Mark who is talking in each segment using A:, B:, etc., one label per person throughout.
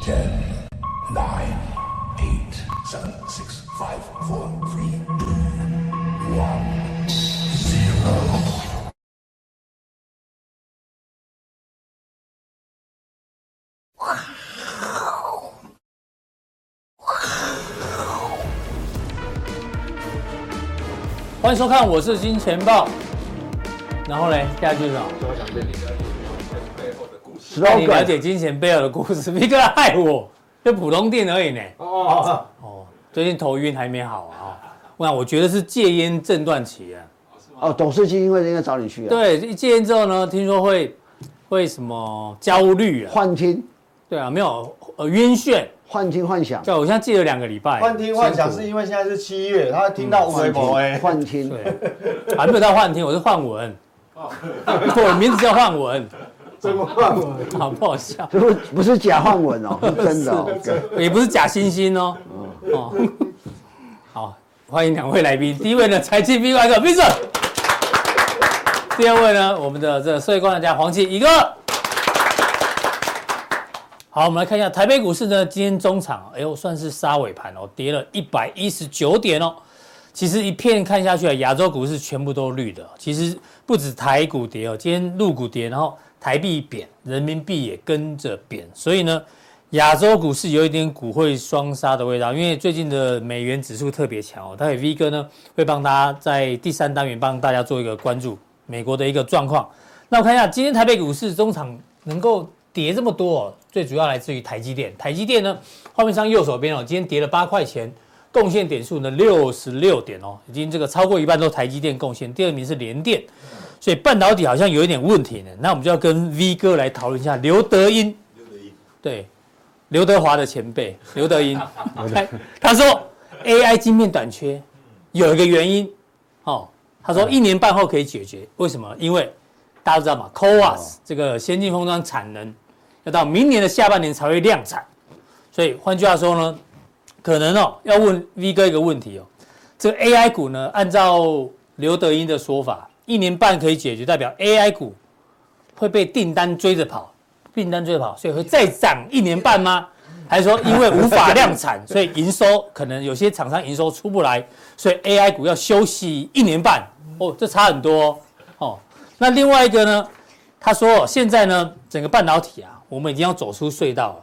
A: Ten, nine, eight, seven, six, five, four, three, two, one, zero.
B: 欢迎收看，我是金钱豹。然后嘞，下去找。带哎你了
C: slogan
B: 解金钱背后的故事。你哥害我，就普通店而已呢。
C: 哦，
B: 哦，最近头晕还没好啊、哦。那我觉得是戒烟症断期啊。
C: 哦，董事局因为应该找你去啊，，
B: 对，一戒烟之后呢，听说会会什么焦虑啊？
C: 幻听、
B: 对啊，没有呃晕眩。
C: 幻听、幻想，
B: 对，我现在戒了两个礼拜。
D: 幻听幻想
B: 辛
D: 是因为现在是七月，他听
B: 嗯
D: 到无为博哎，
C: 幻听
B: 苦。，对，还没有到幻听，我是幻文。 我的名字叫幻文，
D: 怎哦么幻我？
B: 好不好笑？
C: 这不不是假幻文 哦，是真的哦。
B: 也不是假惺惺哦。哦， 好，欢迎两位来宾。第一位呢，财经 B 外哥 v i n 第二位呢，我们的这个社会观察家黄奇一个。好，我们来看一下台北股市呢，今天中场，哎呦，算是杀尾盘哦，跌了一百一十九点哦。其实一片看下去啊，亚洲股市全部都绿的。其实不止台股跌哦，今天陆股跌，然后台币贬，人民币也跟着贬，所以呢，亚洲股市有一点股汇双杀的味道，因为最近的美元指数特别强哦。待会 V 哥呢会帮大家在第三单元帮大家做一个关注美国的一个状况。那我看一下今天台北股市中场能够跌这么多、哦，最主要来自于台积电。台积电呢，画面上右手边哦，今天跌了八块钱，贡献点数呢六十六点哦，已经这个超过一半都台积电贡献，第二名是联电，所以半导体好像有一点问题呢。那我们就要跟 V 哥来讨论一下刘德英，对，刘德华的前 辈刘德英，他他说 AI 晶片短缺有一个原因，哦，他说一年半后可以解决，为什么？因为大家都知道嘛，CoWAS 这个先进封装产能要到明年的下半年才会量产，所以换句话说呢，可能哦要问 V 哥一个问题哦，这个 AI 股呢，按照刘德英的说法，一年半可以解决，代表 AI 股会被订单追着跑，订单追着跑，所以会再涨一年半吗？还是说因为无法量产，所以营收可能有些厂商营收出不来，所以 AI 股要休息一年半？哦，这差很多哦。哦那另外一个呢？他说现在呢，整个半导体啊，我们已经要走出隧道了。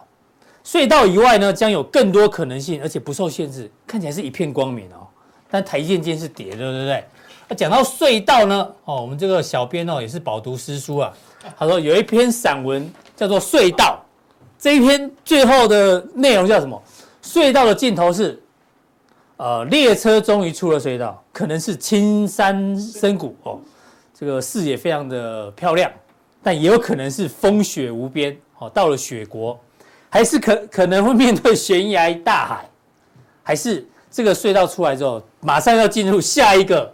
B: 隧道以外呢，将有更多可能性，而且不受限制，看起来是一片光明哦。但台积电今天是跌的，对不对？那讲到隧道呢，哦，我们这个小编哦也是饱读诗书啊，他说有一篇散文叫做《隧道》，这一篇最后的内容叫什么？隧道的尽头是，呃，列车终于出了隧道，可能是青山深谷哦，这个视野非常的漂亮，但也有可能是风雪无边哦，到了雪国，还是可可能会面对悬崖大海，还是这个隧道出来之后，马上要进入下一个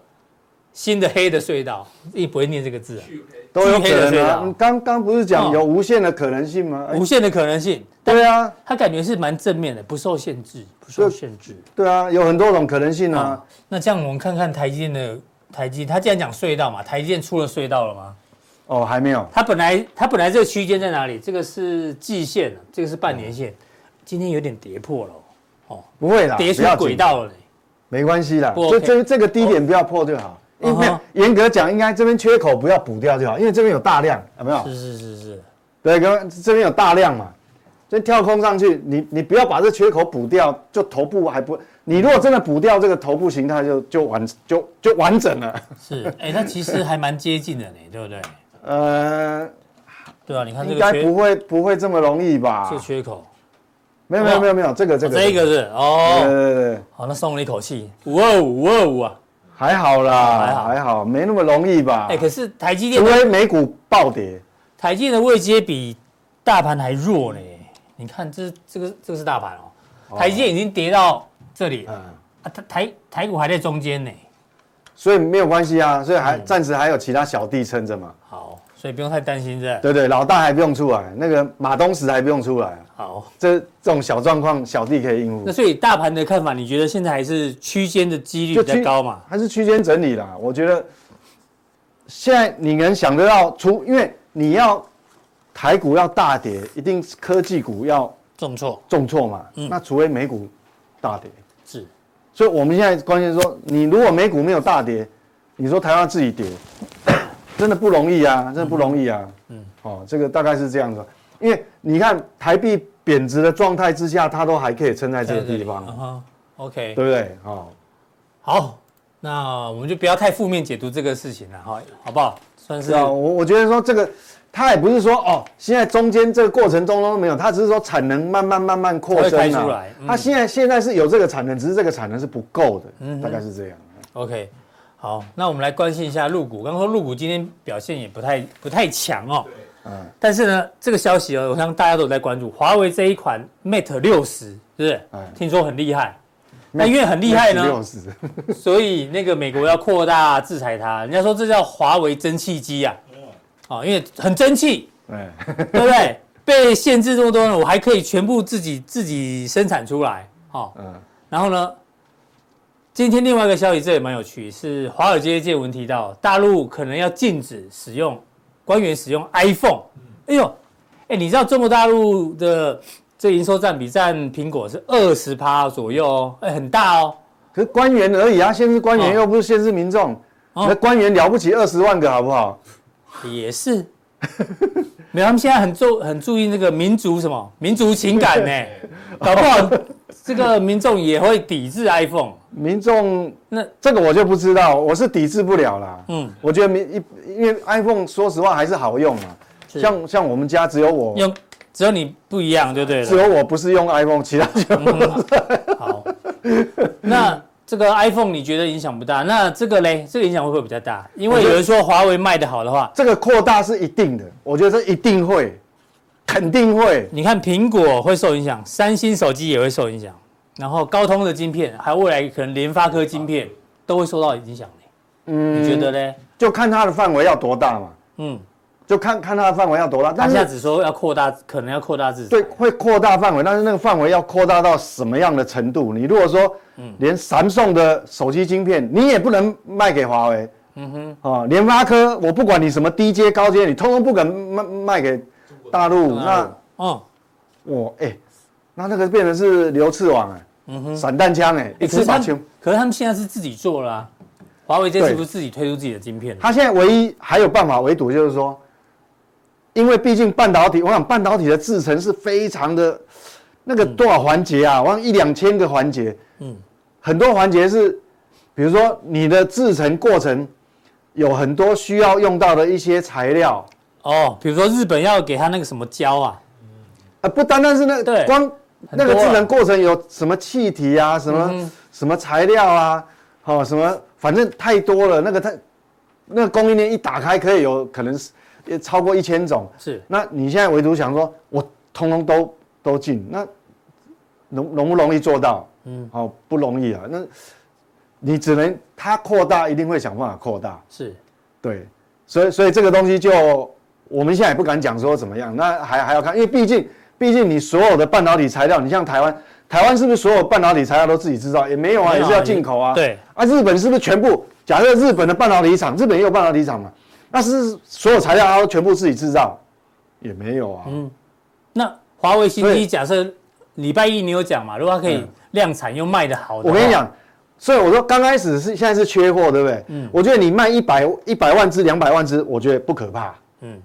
B: 新的黑的隧道？你不会念这个字、啊，
E: 都有可
B: 漆黑的隧
E: 能
B: 道
E: 啊。你刚刚不是
B: 哦
E: 讲有无限的可能性吗？哎
B: 无限的可能性。
E: 对啊，
B: 他感觉是蛮正面的，不受限制，不受限制
E: 对啊，有很多种可能性啊
B: 啊。。那这样我们看看台积电的台积，他既然讲隧道嘛，台积电出了隧道了吗？
E: 哦，还没有，
B: 它本来它本来这个区间在哪里？这个是季线，啊这个是半年线，今天有点跌破了哦，
E: 不会啦，
B: 跌
E: 不
B: 出
E: 要紧
B: 轨，道了嘞。
E: 没关系啦。
B: 不
E: 这
B: OK
E: 这这个低点不要破就好。
B: 嗯
E: 因
B: 哼
E: 为严格讲，应该这边缺口不要补掉就好，因为这边有大量，有没有？
B: 是是是是，
E: 对，刚刚这边有大量嘛，这跳空上去，你你不要把这缺口补掉，就头部还不，你如果真的补掉这个头部形态就，就完就就完整了。
B: 是，哎、它其实还蛮接近的呢，对不对？
E: 呃，
B: 对啊，你看这
E: 应
B: 个
E: 该
B: 缺
E: 不会不会这么容易吧
B: 这个？缺口，
E: 没有没有没有没有，这个这
B: 哦
E: 个
B: 这一个是
E: 对
B: 哦，
E: 对对对，
B: 好，那松了一口气，五二五五二五啊，
E: 还好啦，
B: 哦还好
E: 还好，没那么容易吧
B: 哎、？可是台积电
E: 除
B: 的
E: 非美股暴跌，
B: 台积电的位阶比大盘还弱呢。你看这是这个这个是大盘哦，台积电已经跌到这里，啊，
E: 嗯，
B: 台台台股还在中间呢。
E: 所以没有关系啊，所以
B: 嗯
E: 还暂时还有其他小弟撑着嘛。
B: 好，所以不用太担心这。
E: 对对，老大还不用出来，那个马东石还不用出来，
B: 好，
E: 这这种小状况小弟可以应付
B: 那。所以大盘的看法，你觉得现在还是区间的几率
E: 就
B: 比较
E: 区
B: 高嘛？
E: 还是区间整理啦。我觉得现在你能想得到出，因为你要台股要大跌，一定科技股要
B: 重挫
E: 重挫嘛，
B: 嗯
E: 那除非美股大跌，
B: 是
E: 所以我们现在关键是说，你如果美股没有大跌，你说台湾自己跌， 真的不容易啊，真的不容易啊。嗯，哦，这个大概是这样的，因为你看台币贬值的状态之下，它都还可以撑在这个地方，
B: 嗯哼，OK，
E: 对不对？哦，
B: 好，那我们就不要太负面解读这个事情了哈，好不好？算是
E: 是啊，我我觉得说这个，它也不是说哦，现在中间这个过程中都没有，它只是说产能慢慢慢慢扩
B: 它会
E: 增
B: 开出
E: 啊
B: 来嗯。
E: 它现在现在是有这个产能，只是这个产能是不够
B: 嗯
E: 的，大概是这样。
B: OK，好，那我们来关心一下入股。刚刚说入股今天表现也不太不太强哦。嗯。但是呢，这个消息哦，我想大家都有在关注。华为这一款 Mate 六十，是不是？
E: 哎
B: 听说很厉害。那因为很厉害
E: 六
B: 呢，
E: 十，
B: 所以那个美国要扩大制裁它。人家说这叫华为蒸汽机啊，哦，因为很争气，
E: 哎，
B: 对不对？被限制这么多呢，我还可以全部自己自己生产出来，哦，
E: 嗯，
B: 然后呢，今天另外一个消息，这也蛮有趣，是华尔街见闻提到，大陆可能要禁止使用官员使用 iPhone。哎呦，哎，你知道中国大陆的这营收占比占苹果是二十趴左右哦，哎，很大哦。
E: 可是官员而已啊，限制官员
B: 哦
E: 又不是限制民众，
B: 哦
E: 那官员了不起二十万个好不好？
B: 也是， 没有，他们现在很注很注意那个民族什么民族情感呢，搞不好这个民众也会抵制 iPhone。
E: 民众
B: 那
E: 这个我就不知道，我是抵制不了啦。
B: 嗯
E: 嗯，我觉得民一因为 iPhone 说实话还是好用嘛，
B: 是
E: 像像我们家只有我
B: 用只有你不一样就对了，嗯
E: 只有我不是啊用 iPhone，其他就，
B: 好，那这个 iPhone 你觉得影响不大？那这个嘞，这个影响会不会比较大？因为有人说华为卖的好的话
E: 这个扩大是一定的，我觉得这一定会，肯定会。
B: 你看苹果会受影响，三星手机也会受影响，然后高通的晶片，还有未来可能联发科晶片都会受到影响嘞。嗯，你觉得嘞？
E: 就看它的范围要多大嘛，
B: 嗯，
E: 就看看它的范围要多大。
B: 他
E: 但
B: 现在
E: 是
B: 只说要扩大，可能要扩大制裁。
E: 对，会扩大范围，但是那个范围要扩大到什么样的程度？你如果说，连三送的手机晶片你也不能卖给华为，嗯哼，啊，联发科我不管你什么低阶高阶，你通通不敢卖卖给大陆，那
B: 哦，
E: 我哎、那那个变成是流刺网哎、散弹枪哎、一
B: 可
E: 次
B: 是
E: 把
B: 他
E: 球
B: 们。，可是他们现在是自己做了啊。华为这次
E: 对
B: 不是自己推出自己的晶片了？
E: 他现在唯一还有办法围堵，就是说，因为毕竟半导体，我想半导体的制程是非常的，那个多少环节啊？我想一两千个环节，
B: 嗯
E: 嗯，很多环节是，比如说你的制程过程有很多需要用到的一些材料，
B: 哦，比如说日本要给他那个什么胶啊，
E: 啊，不单单是那
B: 对
E: 个光
B: 很多
E: 那
B: 啊嗯
E: 个制程过程有什么气体啊，什么、什么材料啊，好、什么，反正太多了。那个太那个供应链一打开，可以有可能是也超过一千种。
B: 是
E: 那你现在唯独想说，我通通都都进，那容容不容易做到？嗯，好、不容易啊。那你只能它扩大，一定会想办法扩大。
B: 是
E: 对，所以所以这个东西就我们现在也不敢讲说怎么样，那还还要看，因为毕竟毕竟你所有的半导体材料，你像台湾，台湾是不是所有半导体材料都自己制造？也没有啊，
B: 没有啊
E: 也是要进口啊。
B: 对
E: 啊，日本是不是全部？假设日本的半导体厂，日本也有半导体厂嘛，那是所有材料它都全部自己制造，也没有
B: 嗯
E: 啊。
B: 那华为新
E: 所
B: 机
E: 以
B: 假设礼拜一你有讲嘛？如果它可以
E: 嗯
B: 量产又卖得好嗯的，
E: 我跟你，讲，所以我说刚开始是现在是缺货，对不对？我觉得你卖一百一百万只、两百万只，我觉得不可怕。
B: 嗯
E: 嗯，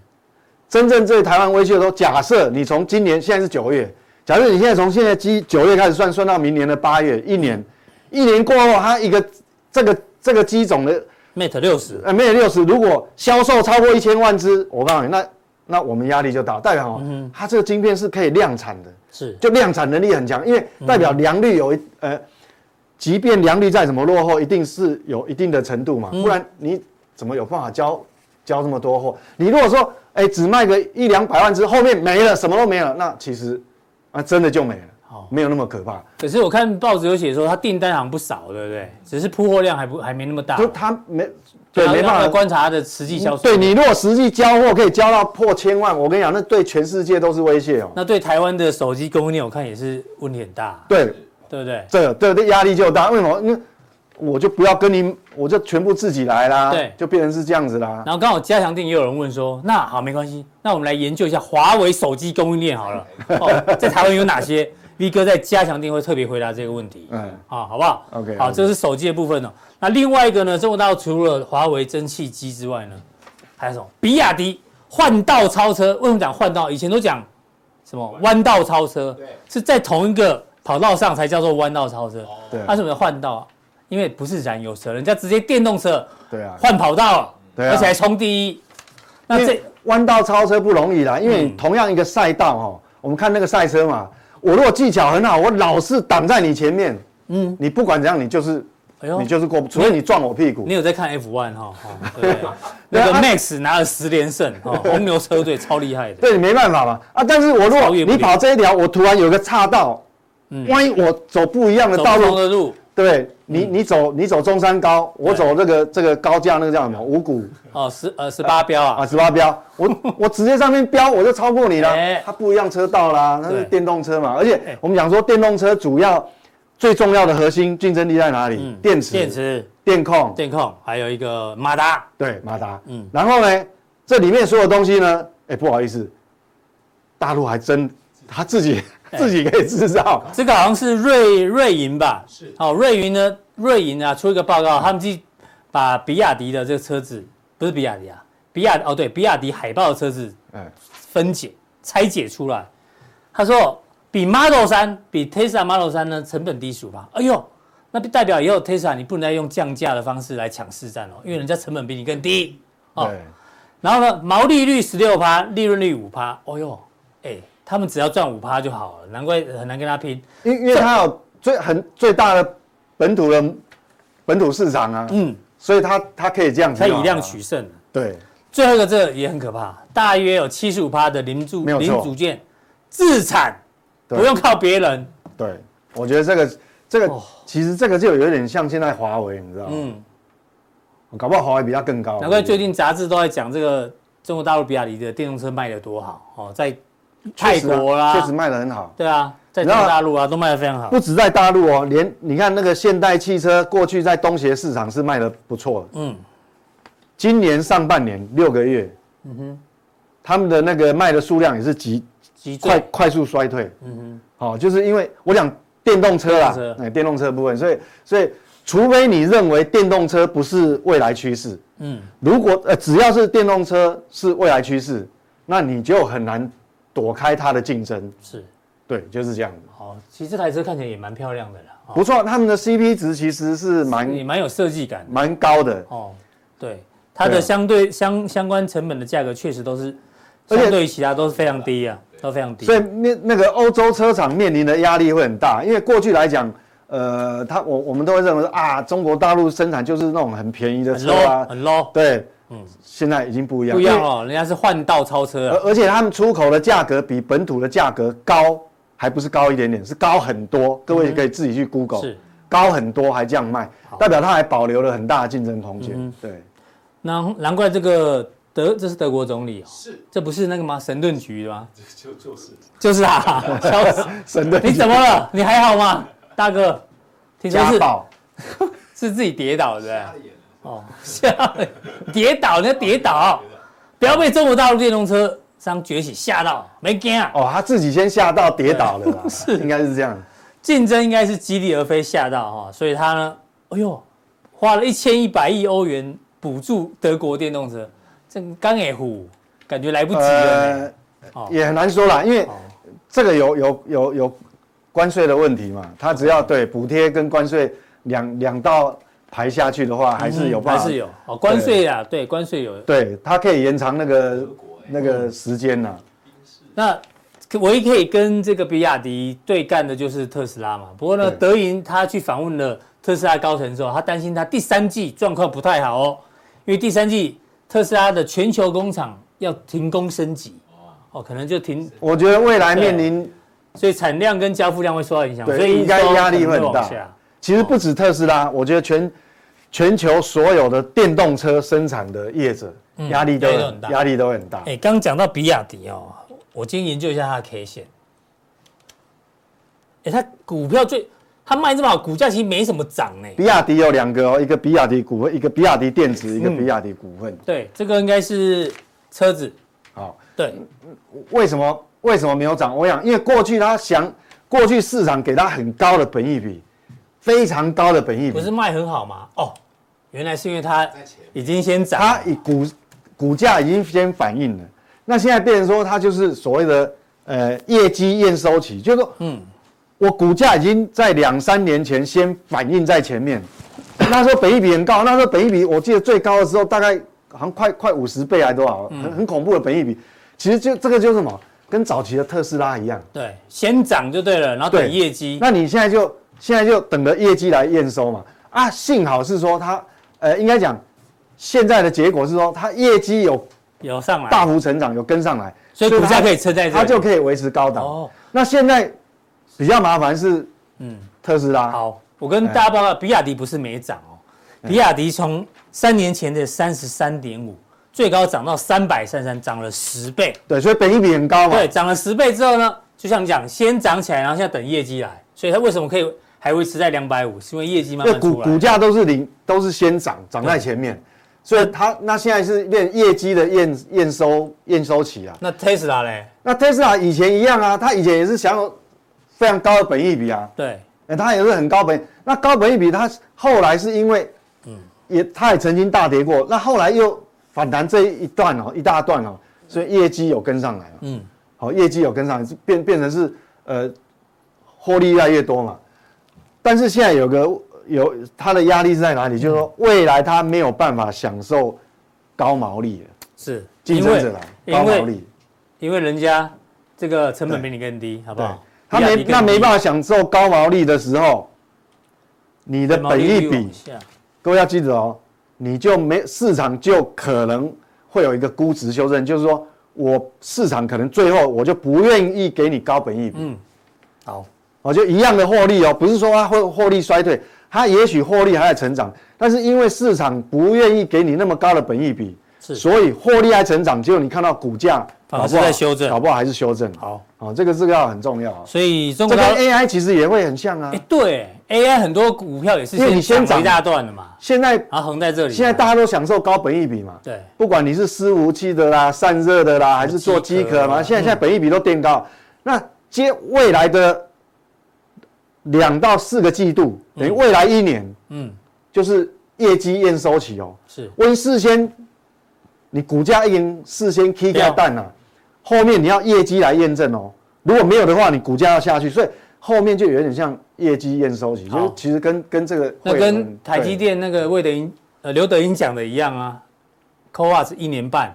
E: 真正对台湾威胁的时候，假设你从今年现在是九月，假设你现在从现在基九月开始算，算到明年的八月，一
B: 嗯
E: 年，一年过后，它一个这个这个机种的
B: Mate 六十，
E: 呃，没有六十，如果销售超过一千万只，我告诉你，那那我们压力就大，代表哦，
B: 嗯
E: 它这个晶片是可以量产的。
B: 是
E: 就量产能力很强，因为代表良率有一呃，即便良率再怎么落后，一定是有一定的程度嘛，不然你怎么有办法交交这么多货？你如果说哎、只卖个一两百万只，后面没了什么都没了，那其实啊真的就没了，没有那么可怕。
B: 可是我看报纸有写说它订单好像不少，对不对？只是铺货量还不还没那么大，
E: 就它没对
B: 要
E: 没
B: 要
E: 办法。
B: 观察它的实际销售。
E: 对你，如果实际交货可以交到破千万，我跟你讲，那对全世界都是威胁哦。
B: 那对台湾的手机供应链，我看也是问题很大，啊
E: 对，
B: 对不对？
E: 这对这压力就大。为什么？因为我就不要跟你，我就全部自己来啦，
B: 对
E: 就变成是这样子啦。
B: 然后刚好加强定也有人问说，那好没关系，那我们来研究一下华为手机供应链好了，哦，在台湾有哪些？V 哥在加强定会特别回答这个问题，嗯，
E: 嗯，
B: 啊，好不好
E: OK，
B: 好，
E: OK
B: 这是手机的部分哦。那另外一个呢，中国大陆除了华为蒸汽机之外呢，还有什么？比亚迪换道超车，为什么讲换道？以前都讲什么弯道超车，
D: 对
B: 是在同一个跑道上才叫做弯道超车，
E: 对
B: 它、为什么叫换道啊？因为不是燃油车，人家直接电动车
E: 对啊，
B: 换跑道了，
E: 对啊
B: 而且还冲第一。那
E: 因
B: 这
E: 为弯道超车不容易啦，因为你
B: 嗯
E: 同样一个赛道哦，我们看那个赛车嘛，我如果技巧很好，我老是挡在你前面，嗯，你不管怎样，你就是
B: 哎呦
E: 你就是过不，除非你撞我屁股
B: 你。有在看 F one 哈、哦？ 对不对，那个
E: 对啊
B: Max 拿了十连胜 哦，红牛车队超厉害的。
E: 对你没办法嘛啊！但是我如果
B: 超越不了嗯
E: 你跑这一条，我突然有个岔道，万一我走不一样的
B: 走
E: 道
B: 不同
E: 路，
B: 的路
E: 对你
B: 嗯
E: 你走你走中山高，我走这个这个高架那个叫什么五股
B: 哦，十呃十八标
E: 啊
B: 啊，
E: 十八标， 我我直接上面标我就超过你了
B: 哎，
E: 它不一样车道啦，它
B: 对
E: 是电动车嘛，而且
B: 哎
E: 我们讲说电动车主要最重要的核心竞争力在哪里？电
B: 嗯
E: 池、
B: 电、池、
E: 电控，
B: 电控，还有一个马达，
E: 对马达，
B: 嗯
E: 嗯，然后呢，这里面所有东西呢，哎不好意思，大陆还真他自己
B: 哎
E: 自己可以制造。
B: 这个好像是瑞瑞银吧？是。哦，瑞银呢，瑞银啊，出一个报告，他们自己把比亚迪的这个车子，不是比亚迪啊，比亚哦对，比亚迪海豹的车子
E: 哎，
B: 分解拆解出来，他说比 Model 三比 Tesla Model 三呢成本低十吧？哎呦，那代表以后 Tesla 你不能再用降价的方式来抢市占哦，因为人家成本比你更低哦。
E: 对，
B: 然后呢，毛利率十六趴，利润率五趴。哦呦，哎、他们只要赚五趴就好了，难怪很难跟他拼。
E: 因因为它有最很最大的本土的本土市场啊，
B: 嗯，
E: 所以它它可以这样子
B: 才
E: 就好了，
B: 以量取胜。
E: 对，
B: 最后一个这个也很可怕，大约有七十五趴的零组
E: 没有错
B: 零组件自产，
E: 对
B: 不用靠别人。
E: 对，我觉得这个这个
B: 哦
E: 其实这个就有点像现在华为，你知道吗？
B: 嗯，
E: 搞不好华为比它更高。
B: 难怪
E: 我觉
B: 最
E: 得
B: 近杂志都在讲这个中国大陆比亚迪的电动车卖得多好哦，在泰国
E: 确
B: 啦，
E: 实卖得很好。
B: 对啊，在
E: 你
B: 中
E: 知道
B: 国大陆啊都卖得非常好
E: 不。止在大陆哦，连你看那个现代汽车，过去在东协市场是卖的不错的。
B: 嗯，
E: 今年上半年六个月，嗯哼，他们的那个卖的数量也是急
B: 脊
E: 快
B: 椎
E: 快速衰退。嗯哼，好、就是因为我讲电动车啦
B: 电动，车
E: 哎，电动车部分，所以所以除非你认为电动车不是未来趋势，
B: 嗯
E: 嗯，如果呃只要是电动车是未来趋势，那你就很难躲开它的竞争。
B: 是
E: 对，就是这样子。
B: 好，其实这台车看起来也蛮漂亮的啦，哦
E: 不错，他们的 CP 值其实是蛮
B: 也蛮有设计感的。
E: 蛮高的，
B: 哦，对，它
E: 啊
B: 的相对相相关成本的价格确实都是，
E: 而且
B: 相对于其他都是非常低啊，都非常低。
E: 所以那那个欧洲车厂面临的压力会很大，因为过去来讲，呃，他我我们都会认为说啊，中国大陆生产就是那种很便宜的
B: 很
E: 车
B: low
E: 啊，
B: 很 low，
E: 对，嗯现在已经不一样，
B: 不一样
E: 因为
B: 哦，人家是换道超车啊，
E: 而而且他们出口的价格比本土的价格高，还不是高一点点，是高很多，各位也可以自己去 Google，、
B: 嗯是。
E: 高很多还这样卖，代表它还保留了很大的竞争空间，
B: 嗯
E: 对。
B: 难难怪这个德这是德国总理哦，
D: 是，
B: 这不是那个吗？神盾局的吗？
D: 就就是
B: 就是啊， 笑死！
E: 神盾
B: 你怎么了？你还好吗，大哥？听说
E: 家
B: 是
E: 暴，
B: 是自己跌倒的，哦，吓了跌倒，你要跌倒，不要被中国大陆电动车商崛起吓到，没惊啊！
E: 哦，他自己先吓到跌倒了啦， 是应该是这样。
B: 竞争应该是激励而非吓到哈、所以他呢，哎呦，花了一千一百亿欧元补助德国电动车，这刚也虎，感觉来不及了呢、
E: 呃
B: 哦，
E: 也很难说啦，因为这个有有有有关税的问题嘛，它只要对补贴跟关税两两道排下去的话，还是有办
B: 嗯还
E: 法，
B: 是有哦，关税啊，对，关税有。
E: 对，它可以延长那个
B: 哎
E: 那个时间呐。
B: 那唯一可以跟这个比亚迪对干的就是特斯拉嘛。不过呢，
E: 对
B: 德银他去访问了特斯拉高层之后，他担心他第三季状况不太好哦，因为第三季特斯拉的全球工厂要停工升级，哦，可能就停，
E: 我觉得未来面临，
B: 所以产量跟交付量会受到影响，
E: 对
B: 啊所以
E: 应该
B: 营收
E: 压力会很
B: 可能
E: 大
B: 往下哦
E: 其实不止特斯拉，我觉得全全球所有的电动车生产的业者压力都
B: 嗯压力都很
E: 很
B: 大
E: 压力都很大。
B: 哎，刚讲到比亚迪哦，我今天研究一下它的 K 线。哎，它股票最，它卖这么好，股价其实没什么涨呢。
E: 比亚迪有两个哦，一个比亚迪股份，一个比亚迪电子，
B: 嗯
E: 一个比亚迪股份。
B: 对，这个应该是车子。
E: 好，
B: 对，
E: 为什么为什么没有涨？我想，因为过去它想，过去市场给它很高的本益比，非常高的本益
B: 不是
E: 比，
B: 卖很好吗？哦，原来是因为它已经先涨
E: 它
B: 了。
E: 以股股价已经先反映了。那现在变成说，它就是所谓的呃业绩验收期，就是说，嗯，我股价已经在两三年前先反映在前面。那时候本益比很高，那时候本益比我记得最高的时候大概好像快快五十倍还多少，很很恐怖的本益比。其实就这个就是什么，跟早期的特斯拉一样。
B: 对，先涨就对了，然后等业绩。
E: 那你现在就现在就等着业绩来验收嘛？啊，幸好是说它，呃，应该讲现在的结果是说它业绩有
B: 有上来，
E: 大幅成长，有跟上来，
B: 所以股价可以撑在这里
E: 它就可以维持高档。
B: 哦
E: 那现在比较麻烦是，嗯，特斯拉，
B: 好，我跟大家
E: 哎
B: 报告，比亚迪不是没涨哦，比亚迪从三年前的三十三点五，最高涨到三百三三，涨了十倍。
E: 对，所以本益比很高嘛，
B: 对，涨了十倍之后呢，就像你讲，先涨起来，然后现在等业绩来，所以它为什么可以还维持在两百五？是因为业绩慢
E: 因为
B: 慢
E: 股
B: 出来。
E: 股价都是领，都是先涨，涨在前面，所以它那现在是练业绩的验验收验收期啊。
B: 那 Tesla 嘞？
E: 那 Tesla 以前一样啊，它以前也是享有非常高的本益比啊，
B: 对，
E: 哎、它也是很高本益。那高本益比，它后来是因为，嗯，也它也曾经大跌过，那后来又反弹这一段哦，一大段哦，所以业绩有跟上来嘛，嗯，好、业绩有跟上来，是变变成是呃，获利越来越多嘛。但是现在有个有它的压力是在哪里？就是说未来它没有办法享受高毛利了，
B: 是
E: 竞
B: 因
E: 争
B: 为
E: 者来
B: 因
E: 高毛
B: 为
E: 利。
B: 因为人家这个成本比你更低，好不
E: 对
B: 好？
E: 他没那没办
B: 法，
E: 法享受高毛利的时候，你的
B: 毛
E: 本
B: 利
E: 益
B: 率
E: 比
B: 往，下
E: 各位要记得哦，你就没市场就可能会有一个估值修正，就是说我市场可能最后我就不愿意给你高本益比，
B: 嗯好，
E: 哦，就一样的获利哦，不是说它会获利衰退，它也许获利还在成长，但是因为市场不愿意给你那么高的本益比，
B: 是
E: 所以获利还成长，结果你看到股价
B: 反而
E: 搞不
B: 是在
E: 好
B: 修正
E: 搞不好还是修正，
B: 好，
E: 哦，这个这个要很重要啊。
B: 所以中
E: 这
B: 国
E: 跟
B: 大陆
E: AI 其实也会很像啊
B: 哎，。对，AI 很多股票也是
E: 因为你先
B: 涨了一
E: 涨
B: 大段了嘛，
E: 现在
B: 然后横在这里嘛，
E: 现在大家都享受高本益比嘛，
B: 对
E: 不管你是湿无器的啦、散热的啦，还是做
B: 机
E: 机
B: 壳啊
E: 壳嘛，现在现在本益比都垫高。那接未来的两到四个季度，等于未来一年，嗯，就是业绩验收期哦。
B: 是
E: 温事先，你股价已经事先 K
B: 对啊
E: 掉蛋了，后面你要业绩来验证哦。如果没有的话，你股价要下去，所以后面就有点像业绩验收期，就
B: 好
E: 是其实跟跟这个
B: 那
E: 会有
B: 跟台
E: 对
B: 积电那个魏德英呃刘德英讲的一样啊 c o a s 一年半，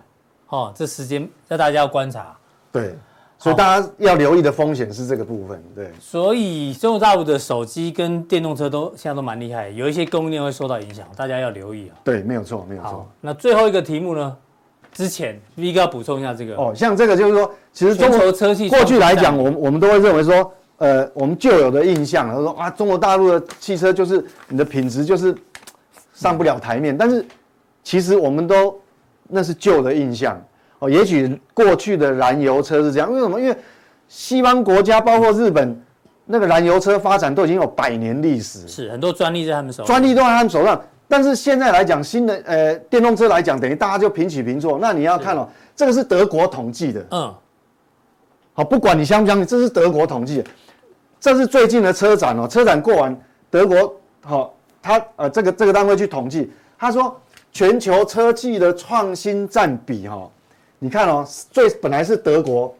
B: 哦，这时间要大家要观察。
E: 对，所以大家要留意的风险是这个部分。对，
B: 所以中国大陆的手机跟电动车都现在都蛮厉害的，有一些供应链会受到影响，大家要留意啊。
E: 对，没有错，没有错
B: 好。，那最后一个题目呢？之前 V 哥要补充一下这个哦，
E: 哦，像这个就是说，其实中
B: 全球
E: 国
B: 车企
E: 过去来讲，
B: 创新
E: 我们我们都会认为说，呃，我们旧有的印象，他说啊，中国大陆的汽车就是你的品质就是上不了台面，但是其实我们都那是旧的印象哦。也许过去的燃油车是这样，为什么？因为西方国家包括日本，那个燃油车发展都已经有百年历史了。
B: 是很多专利在他们手里，
E: 专利都在他们手上。但是现在来讲，新的呃电动车来讲，等于大家就平起平坐。那你要看哦，这个是德国统计的，
B: 嗯
E: 好，不管你相不相信，这是德国统计的，这是最近的车展哦。车展过完，德国好、他呃这个这个单位去统计，他说全球车技的创新占比哈、哦，你看哦，最本来是德国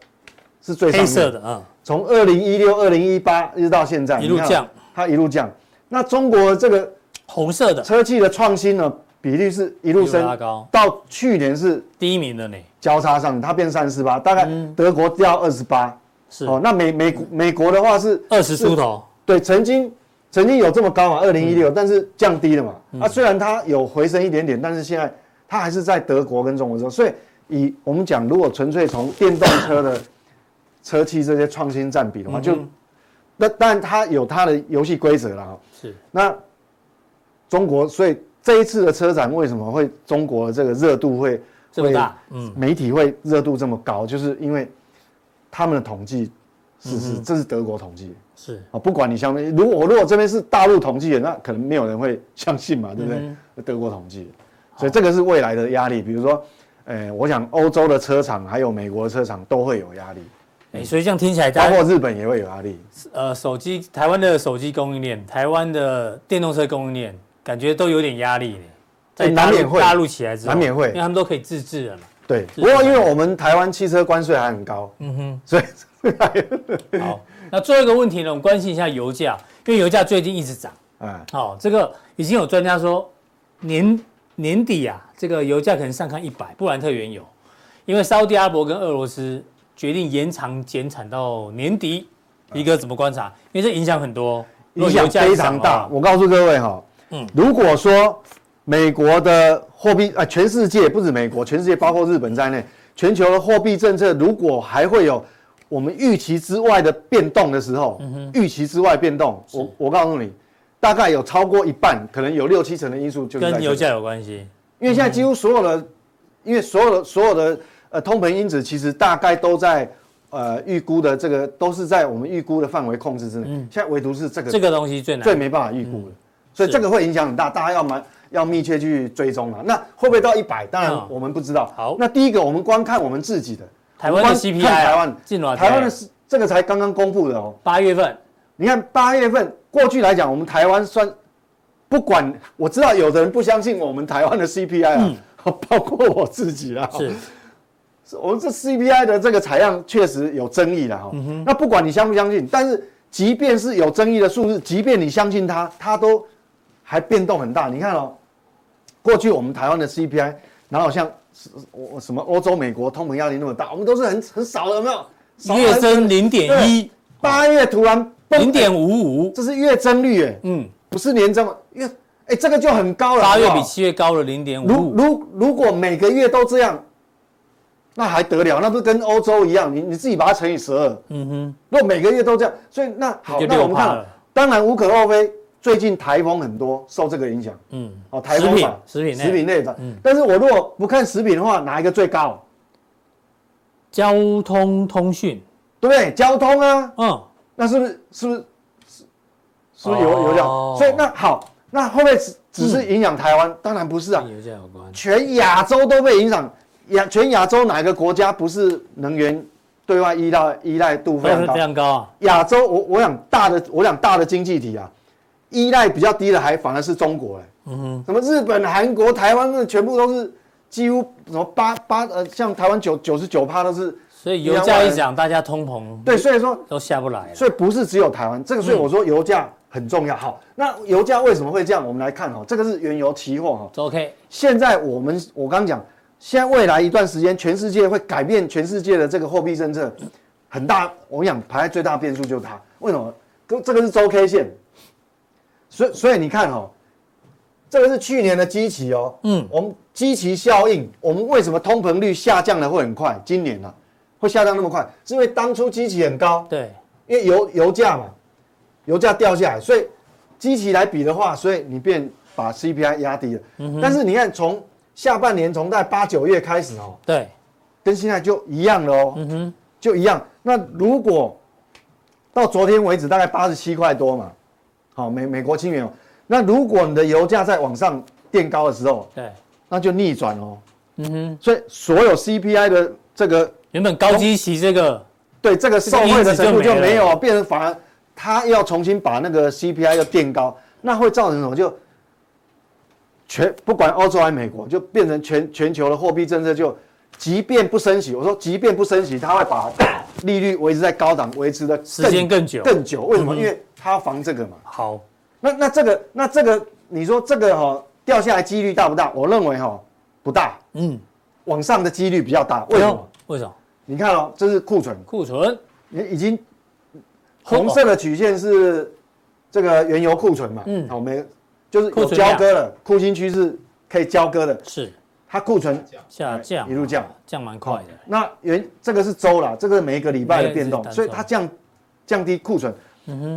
E: 是最上
B: 黑
E: 面
B: 色的嗯
E: 从二零一六、二零一八一直到现在，
B: 一路
E: 你看哦
B: 降，
E: 它一路降。那中国这个
B: 红色的
E: 车企的创新呢比率是一路
B: 一
E: 升
B: 路拉高
E: 到去年是
B: 第一名的呢
E: 交叉上，它变三十八，大概德国掉二十八。
B: 嗯是
E: 哦，那美美国美国的话是
B: 二十出
E: 是
B: 头，
E: 对，曾经曾经有这么高嘛，二
B: 嗯
E: 零一六，但是降低了嘛。啊，虽然它有回升一点点，但是现在它还是在德国跟中国之后。所以以我们讲，如果纯粹从电动车的车企这些创新占比的
B: 嗯
E: 话，就那当然它有它的游戏规则哦了哈。
B: 是
E: 那中国，所以这一次的车展为什么会中国的这个热度会
B: 这么大嗯
E: 会媒体会热度这么高，就是因为他们的统计是
B: 嗯
E: 是，这是德国统计
B: 是
E: 啊，不管你相不相信，如果我如果这边是大陆统计的，那可能没有人会相信嘛，对不对？
B: 嗯
E: 德国统计，所以这个是未来的压力。比如说，呃，我想欧洲的车厂还有美国的车厂都会有压力，
B: 哎、所以这样听起来，
E: 包
B: 大
E: 括
B: 家
E: 日本也会有压力。
B: 呃，手机台湾的手机供应链，台湾的电动车供应链，感觉都有点压力呢。在
E: 哎难
B: 大陆
E: 免会
B: 大陆起来之后，
E: 难免会
B: 因为他们都可以自制了嘛。
E: 对，不过因为我们台湾汽车关税还很高，嗯哼，所以
B: 好，那最后一个问题呢，我们关心一下油价，因为油价最近一直涨。
E: 啊，
B: 好、这个已经有专家说，年年底啊，这个油价可能上看一百，布兰特原油，因为沙特阿拉伯跟俄罗斯决定延长减产到年底。一哥怎么观察？因为这影响很多哦，如
E: 影
B: 果
E: 响
B: 油价一
E: 非
B: 涨
E: 常
B: 的
E: 大。
B: 话。
E: 我告诉各位哈、
B: 嗯
E: 如果说美国的货币啊，全世界不止美国，全世界包括日本在内，全球的货币政策如果还会有我们预期之外的变动的时候，预期之外变动，我我告诉你，大概有超过一半，可能有六七成的因素就是在
B: 跟
E: 这
B: 油
E: 里
B: 价有关系，
E: 因为现在几乎所有的，因为所有的所有的呃通膨因子其实大概都在呃预估的这个都是在我们预估的范围控制之内。现在唯独是这个
B: 这个东西最难。
E: 最没办法预估
B: 嗯
E: 的，所以这个会影响很大，大家要蛮要密切去追踪了。那会不会到一百？当然
B: 嗯
E: 我们不知道。
B: 好
E: 那第一个我们光看我们自己的，
B: 台湾的
E: 我们
B: CPI
E: 光看台
B: 啊
E: 湾
B: 进多少
E: 台湾
B: 钱
E: 的是这个才刚刚公布的哦。
B: 八月份，
E: 你看八月份过去来讲，我们台湾算不管，我知道有的人不相信我们台湾的 CPI 啊， 包括我自己啊，
B: 嗯是
E: 我们这 CPI 的这个采样确实有争议了哈、
B: 嗯
E: 那不管你相不相信，但是即便是有争议的数字，即便你相信它，它都还变动很大。你看哦，过去我们台湾的 CPI，然后像我什么欧洲、美国通膨压力那么大，我们都是很很少的，有没有？少得
B: 月
E: 很
B: 增零点一，
E: 八月突然蹦
B: 零点，五五，
E: 这是月增率哎，
B: 嗯，
E: 不是年增，月哎这个就很高了，
B: 八月
E: 好不
B: 比
E: 好
B: 七月高了零点
E: 如
B: 五五，
E: 如如果每个月都这样，那还得了？那不是跟欧洲一样？你你自己把它乘以十二。嗯哼。如果每个月都这样，所以那好，
B: 就
E: 那我
B: 6%
E: 们看
B: 了，
E: 当然无可厚非。最近台风很多，受这个影响。
B: 嗯，
E: 哦，台风嘛，
B: 食品食品嗯类
E: 食品类的。但是我如果不看食品的话，哪一个最高？
B: 交通通讯，
E: 对不对？交通啊，
B: 嗯，
E: 那是不是是不是是不是有有这样？
B: 哦
E: 所以那好，那会不会只只是影响台湾？当然不是啊，
B: 跟油价有关。
E: 全亚洲都被影响，亚全亚洲哪个国家不是能源对外依赖依赖度非
B: 都
E: 常
B: 是
E: 高
B: 非？常高啊，
E: 亚洲，我我想大的，我想大的经济体啊，依赖比较低的还反而是中国哎、嗯哼，什么日本、韩国、台湾，那全部都是几乎什么八八呃，像台湾九九十九趴都是
B: 所以油价一涨，大家通膨
E: 对，所以说
B: 都下不来了。
E: 所以不是只有台湾，这个所以我说油价很重要。好，那油价为什么会这样？我们来看哈，这个是原油期货哈，
B: 这 OK，
E: 现在我们我刚讲，现在未来一段时间，全世界会改变全世界的这个货币政策，很大。我跟你讲排在最大变数就是它。为什么？这这个是周 K 线，所以所以你看哦，这个是去年的基期哦，嗯，我们基期效应，我们为什么通膨率下降的会很快？今年啊，会下降那么快，是因为当初基期很高，
B: 对，
E: 因为油油价嘛，油价掉下来，所以基期来比的话，所以你便把 CPI 压低了。但是你看，从下半年从在八九月开始哦，
B: 对，
E: 跟现在就一样了哦，就一样。那如果到昨天为止大概八十七块多嘛，好美美国清原油，哦那如果你的油价在往上垫高的时候，
B: 对，
E: 那就逆转哦。嗯哼，所以所有 CPI 的这个
B: 原本高基期这个
E: 对这个受贿的程度
B: 这
E: 就没
B: 个因子就没
E: 有，变成反而他要重新把那个 CPI 又垫高，那会造成什么？就全不管欧洲还是美国，就变成全全球的货币政策就，即便不升息，我说即便不升息，它会把利率维持在高档，维持的
B: 时间更久
E: 更久。嗯为什么？因为它要防这个嘛。
B: 好，
E: 那那这个那这个，你说这个哈、掉下来几率大不大？我认为哈、不大，
B: 嗯，
E: 往上的几率比较大。为什么？
B: 为什么？
E: 你看哦，这是库存，
B: 库存
E: 你已经
B: 哦
E: 红色的曲线是这个原油库存嘛？
B: 嗯
E: 嗯，好，没就是
B: 库
E: 有
B: 存量
E: 交割了，库欣区是可以交割的，
B: 是
E: 它库存
B: 下降，
E: 一路降，
B: 降蛮快的。
E: 那原这个是周啦，这个是每一个礼拜的变动
B: 每一个，是单周嗯
E: 所以它降降低库存。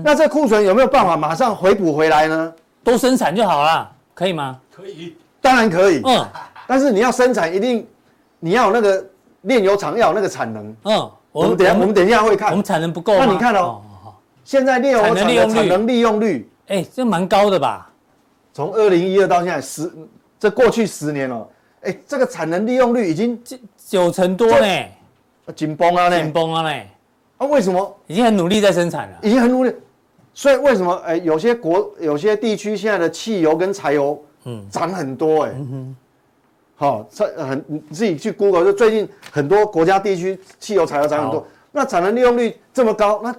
E: 那这库存有没有办法马上回补回来呢？
B: 都生产就好啦，可以吗？
E: 当然可以，
B: 嗯
E: 但是你要生产一定你要有那个炼油厂要有那个产能，
B: 嗯，
E: 我们等一下我们等一下会看
B: 我们，产能不够吗？
E: 那你看哦现在炼油
B: 产能
E: 厂
B: 利
E: 的
B: 用率
E: 产能利用率
B: 哎，这蛮高的吧？
E: 从二零一二到现在十，这过去十年哦，哎，这个产能利用率已经
B: 这九成多呢，
E: 紧绷啊
B: 紧
E: 呢，
B: 绷啊呢，
E: 啊为什么
B: 已经很努力在生产了。
E: 已经很努力？所以为什么哎有些国有些地区现在的汽油跟柴油嗯涨很多哎，好，这很你自己去 Google 就最近很多国家地区汽油柴油涨很多
B: 好，
E: 那产能利用率这么高，那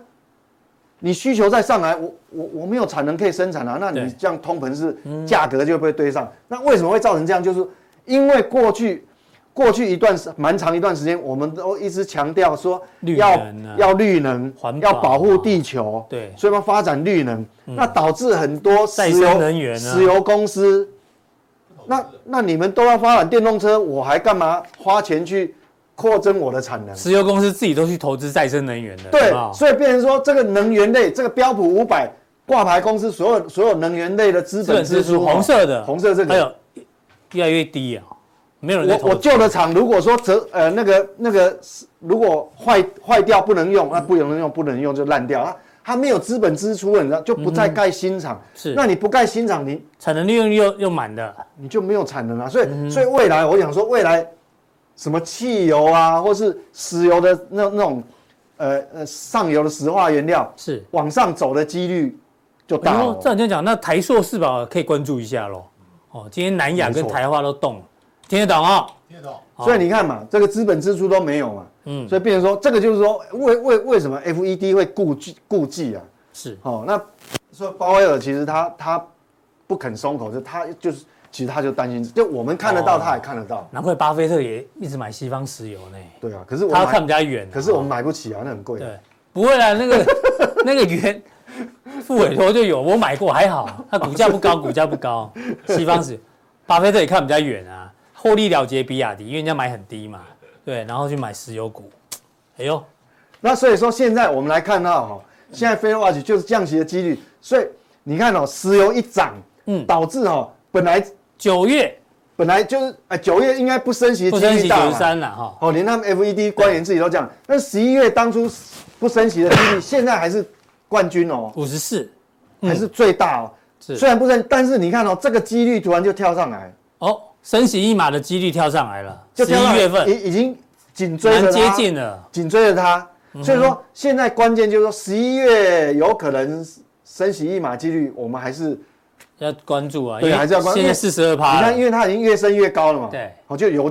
E: 你需求再上来，我我我没有产能可以生产啊，那
B: 对嗯
E: 你这样通膨是价格就会堆上。那为什么会造成这样？就是因为过去过去一段时蛮长一段时间，我们都一直强调说
B: 绿
E: 要、
B: 能啊
E: 要绿能
B: 环，保啊
E: 要保护地球，
B: 对嗯
E: 所以要发展绿能，那导致很多
B: 再
E: 石
B: 生
E: 油
B: 能源啊
E: 石油公司。那那你们都要发展电动车，我还干嘛花钱去扩增我的产能？
B: 石油公司自己都去投资再生能源了，
E: 对
B: 有没有，
E: 所以变成说这个能源类，这个标普五百挂牌公司所有所有能源类的资
B: 资
E: 本
B: 本
E: 支
B: 支
E: 出
B: 出
E: 哦，
B: 红色的，
E: 红色这
B: 还
E: 个，
B: 有越来越低啊，没有人在投
E: 我
B: 资
E: 我旧的厂如果说折呃那个那个如果坏坏掉不能
B: 嗯
E: 用，那啊不能用不能用就烂掉啊。它没有资本支出了，你知道就不再盖新厂。
B: 嗯是
E: 那你不盖新厂，你
B: 产能利用率又又满的，
E: 你就没有产能啊。所以，
B: 嗯
E: 所以未来我想说，未来什么汽油啊，或是石油的那那种，呃呃上游的石化原料
B: 是。
E: 往上走的几率就
B: 然
E: 大哦
B: 后
E: 了。
B: 照你这样讲，那台硕是吧，可以关注一下喽。哦，今天南亚
E: 没错
B: 跟台化都动了，听得懂哦？
A: 听得懂。
E: 所以你看嘛，这个资本支出都没有嘛，
B: 嗯
E: 所以变成说，这个就是说，为为为什么 FED 会顾忌顾忌啊？
B: 是
E: 哦，那说鲍威尔其实他他不肯松口，就他就是其实他就担心，就我们看得到，
B: 哦
E: 他也看得到，
B: 难怪巴菲特也一直买西方石油呢，
E: 对啊。可是我
B: 他看我
E: 买
B: 们，家远啊、
E: 可是我们买不起啊，那很贵。
B: 对，不会啦，那 个那个原付委托就有，我买过还好，它股价不高，股价不高。西方是巴菲特也看我们家远啊，获利了结比亚迪，因为人家买很低嘛，对，然后去买石油股。哎呦，
E: 那所以说，现在我们来看到哈、哦，现在 f e d Watch 就是降息的几率，所以你看哦，石油一涨，
B: 嗯
E: 导致哦，本来
B: 九月
E: 本来就是哎九月应该不升息，
B: 不升息
E: 几率大
B: 九
E: 嘛
B: 十三了哈，
E: 哦，连他们 FED 官员自己都讲，那十一月当初不升息的几 率，现在还是冠军哦，
B: 五十四
E: 还是最大哦。
B: 嗯是
E: 虽然不升，但是你看哦，这个几率突然就跳上来，
B: 哦，升息一码的几率跳上来了，
E: 就
B: 十
E: 跳上
B: 一
E: 来
B: 月份
E: 已已经紧追着
B: 蛮
E: 它
B: 接近嗯了，
E: 紧追着它。所以说，现在关键就是说，十一月有可能升息一码几率，我们还是你
B: 要关注啊，
E: 对
B: 因为
E: 还是要关注
B: 现在四十二趴
E: 看，因
B: 了，
E: 为它已经越升越高了嘛。
B: 对
E: 哦，就油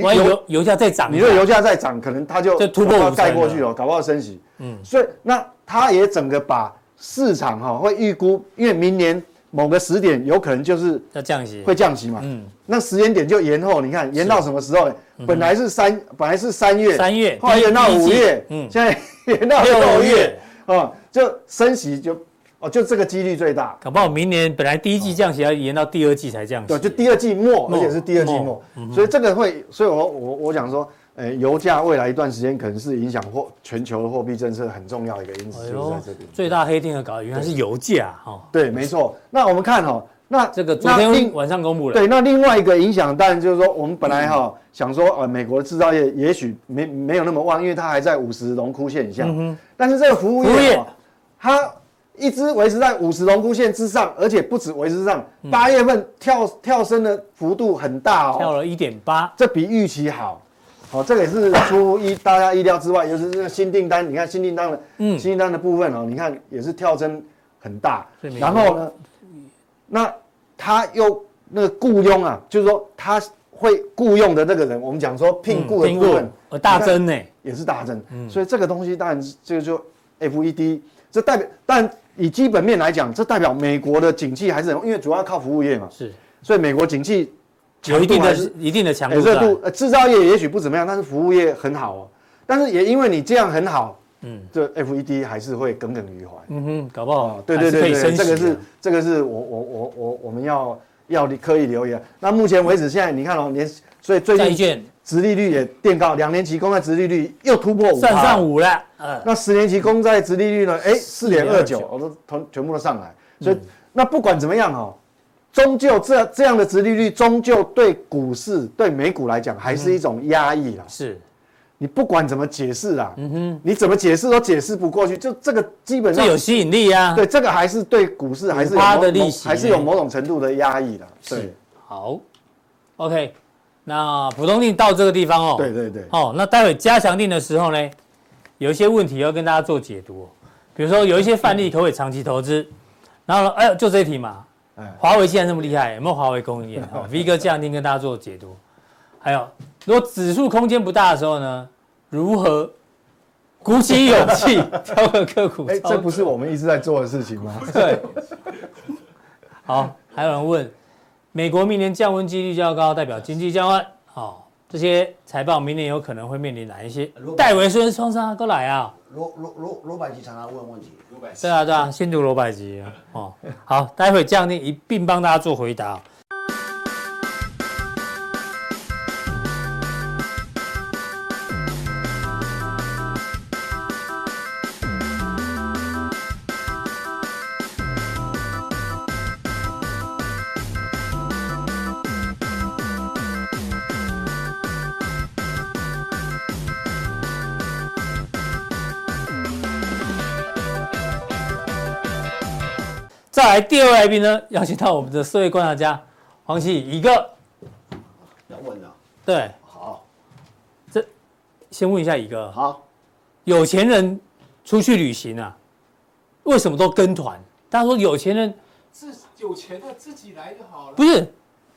B: 万一
E: 油
B: 油油价再涨，
E: 你如果油价再涨，可能它就
B: 就突破
E: 搞不好
B: 50
E: 盖过去
B: 了
E: 了，搞不好升息。嗯，所以那它也整个把市场哈、会预估，因为明年某个时点有可能就是
B: 要降息，
E: 会降息嘛。
B: 嗯
E: 嗯，那时间点就延后，你看延到什么时候呢？本来是三，本来是三月，
B: 三月
E: 后来延到
B: 第一
E: 五
B: 季
E: 月，
B: 嗯
E: 嗯，现在延到
B: 六
E: 六
B: 月
E: 月，哦，就升息就哦，就这个几率最大。
B: 搞不好明年本来第一季降息，要延到第二季才降息。
E: 对，就第二季末，
B: 末嗯
E: 而且是第二季末，所以这个会，所以我我我想说，呃，油价未来一段时间可能是影响货全球的货币政策很重要一个因素，
B: 哎
E: 就是在
B: 呦
E: 这边，。
B: 最大黑天鹅搞的原来是油价哦。
E: 对，没错。那我们看哦，那
B: 这个昨
E: 那
B: 天
E: 另
B: 晚上公布了，
E: 对，那另外一个影响当然就是说，我们本来哈、想说，呃，美国的制造业也许没没有那么旺，因为它还在五十荣枯线以下，但是这个服务业,、哦
B: 服务业
E: 它一直维持在五十荣枯线之上，而且不止维持上，八月份跳跳升的幅度很大哦，
B: 跳了一点八，
E: 这比预期好，好、这个也是出乎意大家意料之外，尤其是这个新订单，你看新订单的，
B: 嗯
E: 新订单的部分哦，你看也是跳增很大
B: 所以，美国
E: 然后呢，那他又那个雇佣啊，就是说他会雇佣的那个人，我们讲说聘雇的部分，
B: 呃大
E: 你看
B: 增呢，嗯
E: 也是大增，所以这个东西当然是这个就 FED，这代表，但以基本面来讲，这代表美国的景气还是很，因为主要靠服务业嘛，
B: 是
E: 所以美国景气
B: 有一定
E: 强度还
B: 的
E: 是
B: 一定的强
E: 哎，
B: 度
E: 热
B: 在。
E: 度呃制造业也许不怎么样，但是服务业很好哦。但是也因为你这样很好，
B: 嗯
E: 嗯，这 FED 还是会耿耿于怀。
B: 嗯哼，搞不好
E: 哦，对对
B: 还是
E: 对
B: 可以
E: 对，
B: 升息啊
E: 这
B: 的
E: 个是这个是我我我我我们要要刻意留意啊。那目前为止，现在你看哦，连所以最
B: 债
E: 近
B: 券
E: 殖利率也垫高，两年期公债殖利率又突破五，
B: 站上。五了，呃，
E: 那十年期公债殖利率呢？哎，四点二
B: 4.29
E: 九，我都全全部都上来。所以那不管怎么样哦，终究这这样的
B: 嗯
E: 殖利率，终究对股市对美股来讲还是一种压抑啦。
B: 是
E: 你不管怎么解释啦，嗯哼，你怎么解释都解释不过去，就这个基本
B: 这
E: 上
B: 有吸引力啊。
E: 对这个还是对股市还是有
B: 5%
E: 某
B: 的利息
E: 还是有某种程度的压抑的，对
B: 是好，OK，那浦东定到这个地方哦。
E: 对对对，
B: 哦，那待会加强定的时候呢，有一些问题要跟大家做解读、哦，比如说有一些范
E: 嗯
B: 例可不可以长期投资？然后呢，哎呦，就这一题嘛
E: 哎，
B: 华为既然这么厉害，有没有华为供应 链？哦，V 哥加强定跟大家做解读。还有，如果指数空间不大的时候呢，如何鼓起勇气 挑个个股？
E: 哎，这不是我们一直在做的事情吗？
B: 对。好，还有人问，美国明年降温几率较高，代表经济降温。好、这些财报明年有可能会面临哪一些
F: 如？果
B: 戴维孙冲上过来啊！
F: 罗罗罗罗百吉常常问问题，罗百
B: 对啊，对啊，新竹罗百吉啊。哦，好，待会这样一并帮大家做回答哦、再来第二位来宾呢，邀请到我们的社会观察家黄奇一个。
F: 要问啊了。
B: 对，
F: 好，
B: 先问一下一个，
F: 好，
B: 有钱人出去旅行啊，为什么都跟团？大家说有钱人
G: 自有钱的自己来就好了。
B: 不是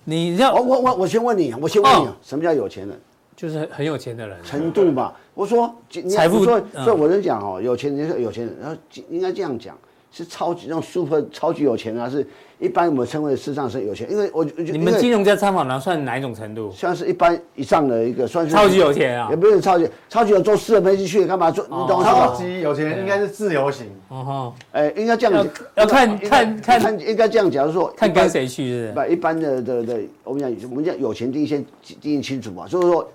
B: 你要、
F: 我我我我先问你，我先问你
B: 哦，
F: 什么叫有钱人？
B: 就是很有钱的人，啊
F: 程度嘛。我说你
B: 财富
F: 我说
B: 嗯
F: 所以我就讲哦，有钱人是有钱人，然后应该这样讲，是超级那种 super 超级有钱啊，是一般我们称为世上是有钱，因为我我觉
B: 你们
F: 因
B: 金
F: 为
B: 融家参访团算哪一种程度？
F: 算是一般以上的一个，算是
B: 超级有钱啊
F: 也！不是超级超级有做四人飞机去干嘛做，你懂我意思
E: 超
F: 吧？
E: 级有钱人应该是自由行，
B: 哦吼，
F: 哎，应该这样
B: 要
F: 讲，
B: 要看
F: 应该
B: 看看
F: 看，应该这样讲，说
B: 看
F: 一般
B: 跟谁去是不
F: 一
B: 是？
F: 般一般的的的，我们讲我们讲有钱定义先定义清楚嘛，所以说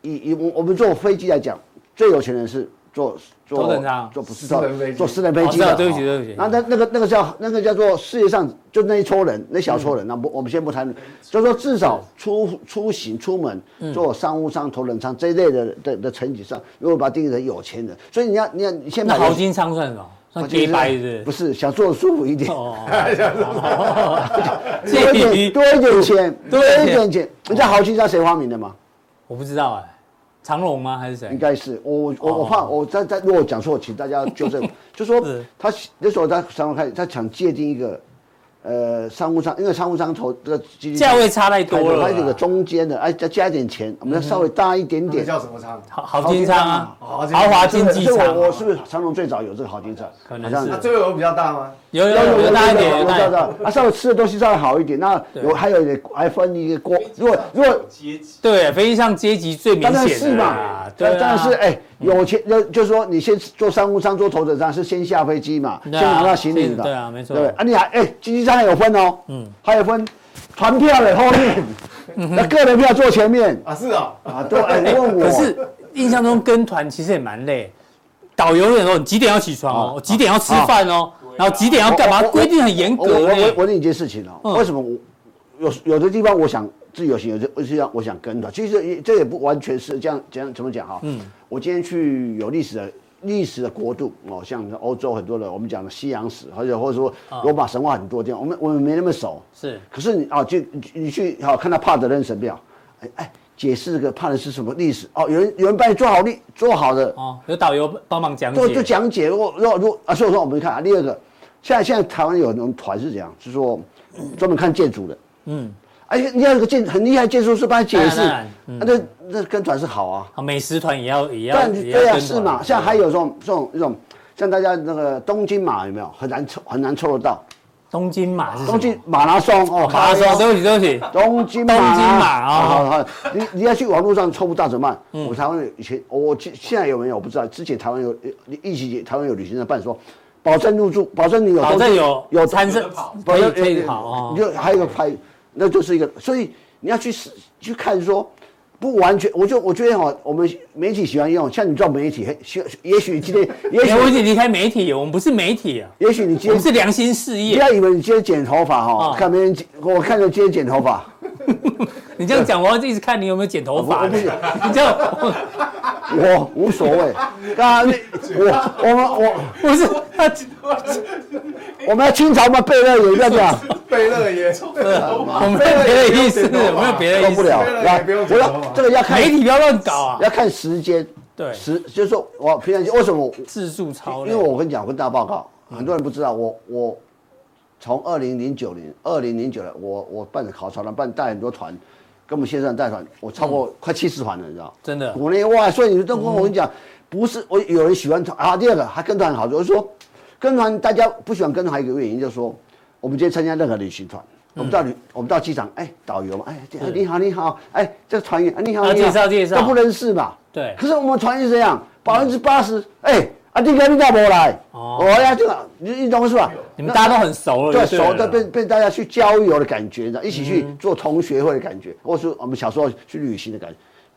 F: 以以我我们坐飞机来讲，最有钱人是坐
B: 头
F: 坐
B: 等舱
F: 坐不是
E: 私
F: 坐
E: 人飞机
F: 坐私人飞机的
B: 哦
F: 哈，
B: 对不起对不起
F: 那那那个那个叫那个叫做世界上就那一撮人，那小
B: 嗯
F: 撮人，那不我们先不谈论，就说至少出出行出门
B: 嗯
F: 坐商务舱、头等舱这一类的的的层级上，如果把它定义成有钱人，所以你要你要你先
B: 那
F: 把
B: 豪金仓算什么？算
F: 豪金
B: gay
F: 是
B: 白是
F: 不
B: 不是？
F: 是想坐得舒服一点。
B: 哦 哦，
F: 多一
B: 介
F: 点
B: 于
F: 多一点钱，
B: 多
F: 多
B: 一点钱
F: 一点钱。你知道豪金是谁发明的吗？
B: 我不知道哎，长龙吗还是
F: 应
B: 谁？
F: 该是我我我怕我在在如果讲错，请大家纠正。就说
B: 是
F: 他那时候他商务开始，他想界定一个呃商务舱，因为商务舱头这个基金
B: 价位差太多了
F: 它有个
B: 啦，
F: 中间的，哎再加一点钱，我们要稍微大一点
E: 这
F: 点。
E: 叫什么仓？
B: 豪豪金仓啊，
E: 豪
B: 豪
E: 金仓
B: 华经济
F: 所以
B: 舱
F: 我，我是不是长隆最早有这个豪金舱？
B: 可能
F: 好像
B: 是
E: 那这个有比较大吗？
B: 有有有有大一点，
F: 我
B: 有
F: 知
B: 大一
F: 道知
B: 点，
F: 道。啊，稍微吃的东西稍微好一点，那有还有一点还分一个锅。如果如果
G: 阶级
B: 对，飞机上阶级最明
F: 当然
B: 显
F: 是
B: 的
F: 嘛
B: 啦，，对啊，
F: 当然是哎，有钱就就是说你先坐商务舱、坐头等舱是先下飞机嘛，先
B: 对啊
F: 拿到行李
B: 先
F: 的，
B: 对啊没错
F: 对不对啊，你还哎，经济舱还有分哦，嗯，还有分团票的后面，
B: 嗯
F: 那个人票坐前面
E: 啊，是啊，
F: 啊，都哎
B: 哎
F: 问我，
B: 可是印象中跟团其实也蛮累，导游有时候你几点要起床哦，我几点要吃饭哦，然后几点要干嘛，
F: 啊我我
B: 规定很严
F: 我我
B: 格
F: 我我
B: 呢。
F: 问你一件事情哦，
B: 嗯
F: 为什么我有有的地方我想自由行，有的有些地方我想跟团，其实也这也不完全是这样，这样怎么讲哈？嗯，我今天去有历史的。历史的国度哦，像欧洲很多的，我们讲的西洋史，或者或者说
B: 啊
F: 罗马神话很多地方，我们我们没那么熟。
B: 是
F: 可是你啊，就你你去好看到帕德嫩神庙，哎哎，解释这个帕德是什么历史哦，有人有人帮你做好历做好的
B: 哦，有导游帮忙讲
F: 就就
B: 解，
F: 讲解，如果如果如果啊，所以说我们看啊，第二个，现在现在台湾有那种团是怎样，就是说专门看建筑的，
B: 嗯，
F: 而且你要有个建很厉害的建筑师帮你解释，
B: 当然当然
F: 啊那那跟团是好啊，
B: 好美食团也要也要
F: 但
B: 也
F: 对
B: 要
F: 啊
B: 跟
F: 是
B: 团
F: 嘛，像还有这种这种这种，像大家那个东京马有没有很难凑很难凑得到，
B: 东京马是什么
F: 东京马拉松哦，
B: 马拉松，对不起对不起，
F: 东京马啊，
B: 东京马嗯哦
F: 好好好你你要去网络上抽不到怎么办？我台湾有以前，我我现在有没有我不知道。之前台湾有呃疫情，台湾有旅行社办说，保证入住，保证你有
B: 保
F: 东
B: 证
F: 西
B: 有
F: 有
B: 参
F: 证，
B: 赛
F: 保
B: 可以
F: 证
B: 可以
F: 有
B: 跑哦
F: 你，就还有一个拍，那就是一个，所以你要去试去看说。不完全，我就我觉得哈，我们媒体喜欢用，像你做媒体，喜也许今天，也
B: 因为哎我已
F: 许
B: 经离开媒体，我们不是媒体啊，
F: 也许你
B: 我
F: 今
B: 们
F: 天
B: 是良心事
F: 不
B: 业
F: 要以为你今天剪头发
B: 哦
F: 哈，看别人剪，我看着今天剪头发，
B: 你这样讲，我要一直看你有没有剪头发。 你这样我
F: 我无所谓。刚刚那我我们我
B: 不是他
F: 我们要清朝嘛，贝勒有一个这样
D: 贝勒 爷，
B: 我没有别的意思，我没有别的
F: 受
B: 意
F: 不
B: 思。
F: 了。
D: 贝勒
F: 来
D: 也，不用
F: 我
D: 剪头
F: 要
D: 发
F: 这个要看
B: 媒体不要乱搞啊！
F: 要看时间，
B: 对，
F: 时就是说我平常心为什么我
B: 自助超
F: 因为
B: 量。
F: 我跟你讲，我跟大家报告，很多人不知道，我我从二零零九年，二零零九年，我我办考察团，办带很多团，跟我们线上带团，我超过快七十团了，你知道？
B: 嗯真的
F: 国内外，所以你都跟我跟你讲，不是我有人喜欢团啊。第二个，还跟团很好，就是说跟团大家不喜欢跟团，还有一个原因就是说，我们今天参加任何旅行团。我们到
B: 嗯
F: 旅，我们到机场，哎，导游嘛，哎，哎你好，你好，哎，这个团员，啊你好，
B: 啊
F: 你好
B: 介绍介绍
F: 都不认识嘛，
B: 对
F: 可是我们团是这样，百分之八十，哎，啊，你跟你干嘛来？
B: 哦
F: 哦，呀，这个你你懂是吧？
B: 你们大家都很熟了就
F: 对
B: 对了嗯
F: 熟的被被大家去郊游的感觉，你知道一起去做同学会的感觉，或是我们小时候去旅行的感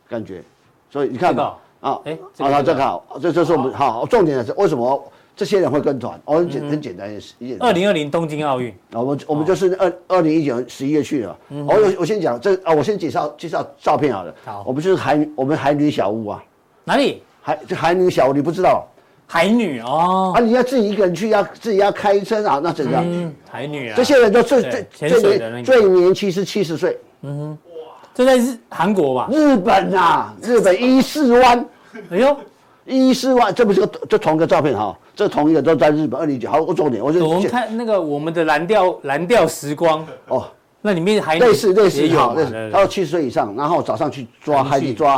F: 感觉。所以你看吧，
B: 这个
F: 啊，
B: 哎这个
F: 啊，
B: 这个
F: 这个好，这这是我们好重点的是为什么这些人会跟团？哦，很简
B: 嗯
F: 很简单一件事一件事。
B: 二零二零东京奥运，
F: 啊，我们
B: 哦
F: 我们就是二二零一九年十一月去的。哦，我我先讲这啊，我先介绍介绍照片好了。
B: 嗯好
F: 我们就是海我们海女小屋啊，
B: 哪里？
F: 海这海女小屋你不知道
B: 海女哦
F: 啊？，你要自己一个人去，要自己要开车啊，那怎样？
B: 嗯，海女啊，
F: 这些人都最
B: 对潜
F: 最最
B: 水的那个
F: 年最年轻是七十岁，
B: 这在日韩国吧？
F: 日本啊，日本伊势湾，
B: 哎呦，
F: 伊势湾，这不是个这同一个照片哈，这同一个都在日本二零九，好，我重点，我就
B: 我们看那个我们的蓝调蓝调时光，
F: 哦，
B: 那里面海女
F: 类似类似
B: 也有
F: 好，
B: 嘛，
F: 类
B: 对
F: 似
B: 对，
F: 他说
B: 对
F: 七十岁以上，然后早上去抓
B: 去
F: 海去抓，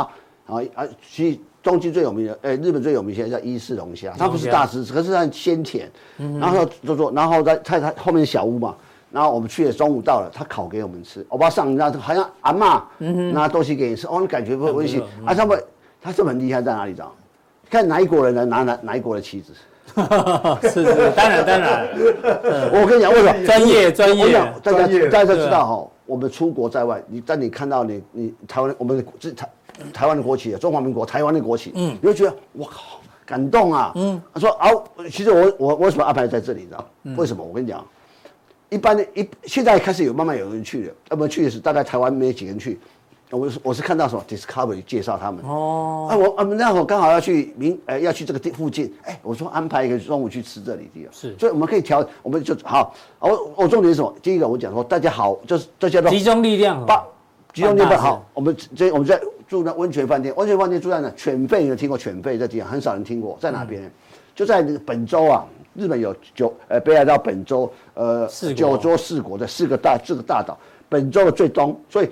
F: 啊啊，去东京最有名的，哎，日本最有名现在叫伊势龙虾，它不是大只，可是它很鲜甜，
B: 嗯
F: 然后就说，然后在在它后面小屋嘛。然后我们去了，中午到了，他烤给我们吃。欧巴桑，那好像阿嬷拿东西给你吃，哦，你感觉不温馨
B: 很嗯不。嗯
F: 啊，他们他这么厉害在哪里找？看哪一国人来拿哪哪一国的棋子？
B: 是是，当然当 然，
F: 我跟你讲，为什么
B: 嗯 专业专业
F: 我想大家
E: 专业啊
F: 大家知道哈，我们出国在外，你当你看到你你台湾我们的这台台湾的国旗，中华民国台湾的国旗，嗯，你会觉得我靠感动啊，嗯，他说啊，其实我我我为什么安排在这里，你知道、
B: 嗯
F: 为什么？我跟你讲，一般的一现在开始有慢慢有人去了，呃要不然去的是大概台湾没几个人去。我是我是看到什么 Discovery 介绍他们哦，啊我啊那会儿刚好要去明呃要去这个地附近，哎、我说安排一个中午去吃这里地方，
B: 是
F: 所以我们可以调，我们就好。啊我我重点是什么？第一个我讲说大家好，就是大家都
B: 集中力量哦，
F: 把集中地
B: 办大
F: 方
B: 事
F: 好，我们这我们在住那温泉饭店，温泉饭店住在哪？犬吠，你有听过犬吠这地方？很少人听过，在哪
B: 嗯
F: 边？就在那个本州啊，日本有九呃北海道、本州呃
B: 四国
F: 九州四国的四个大四个大岛，本州的最东，所以。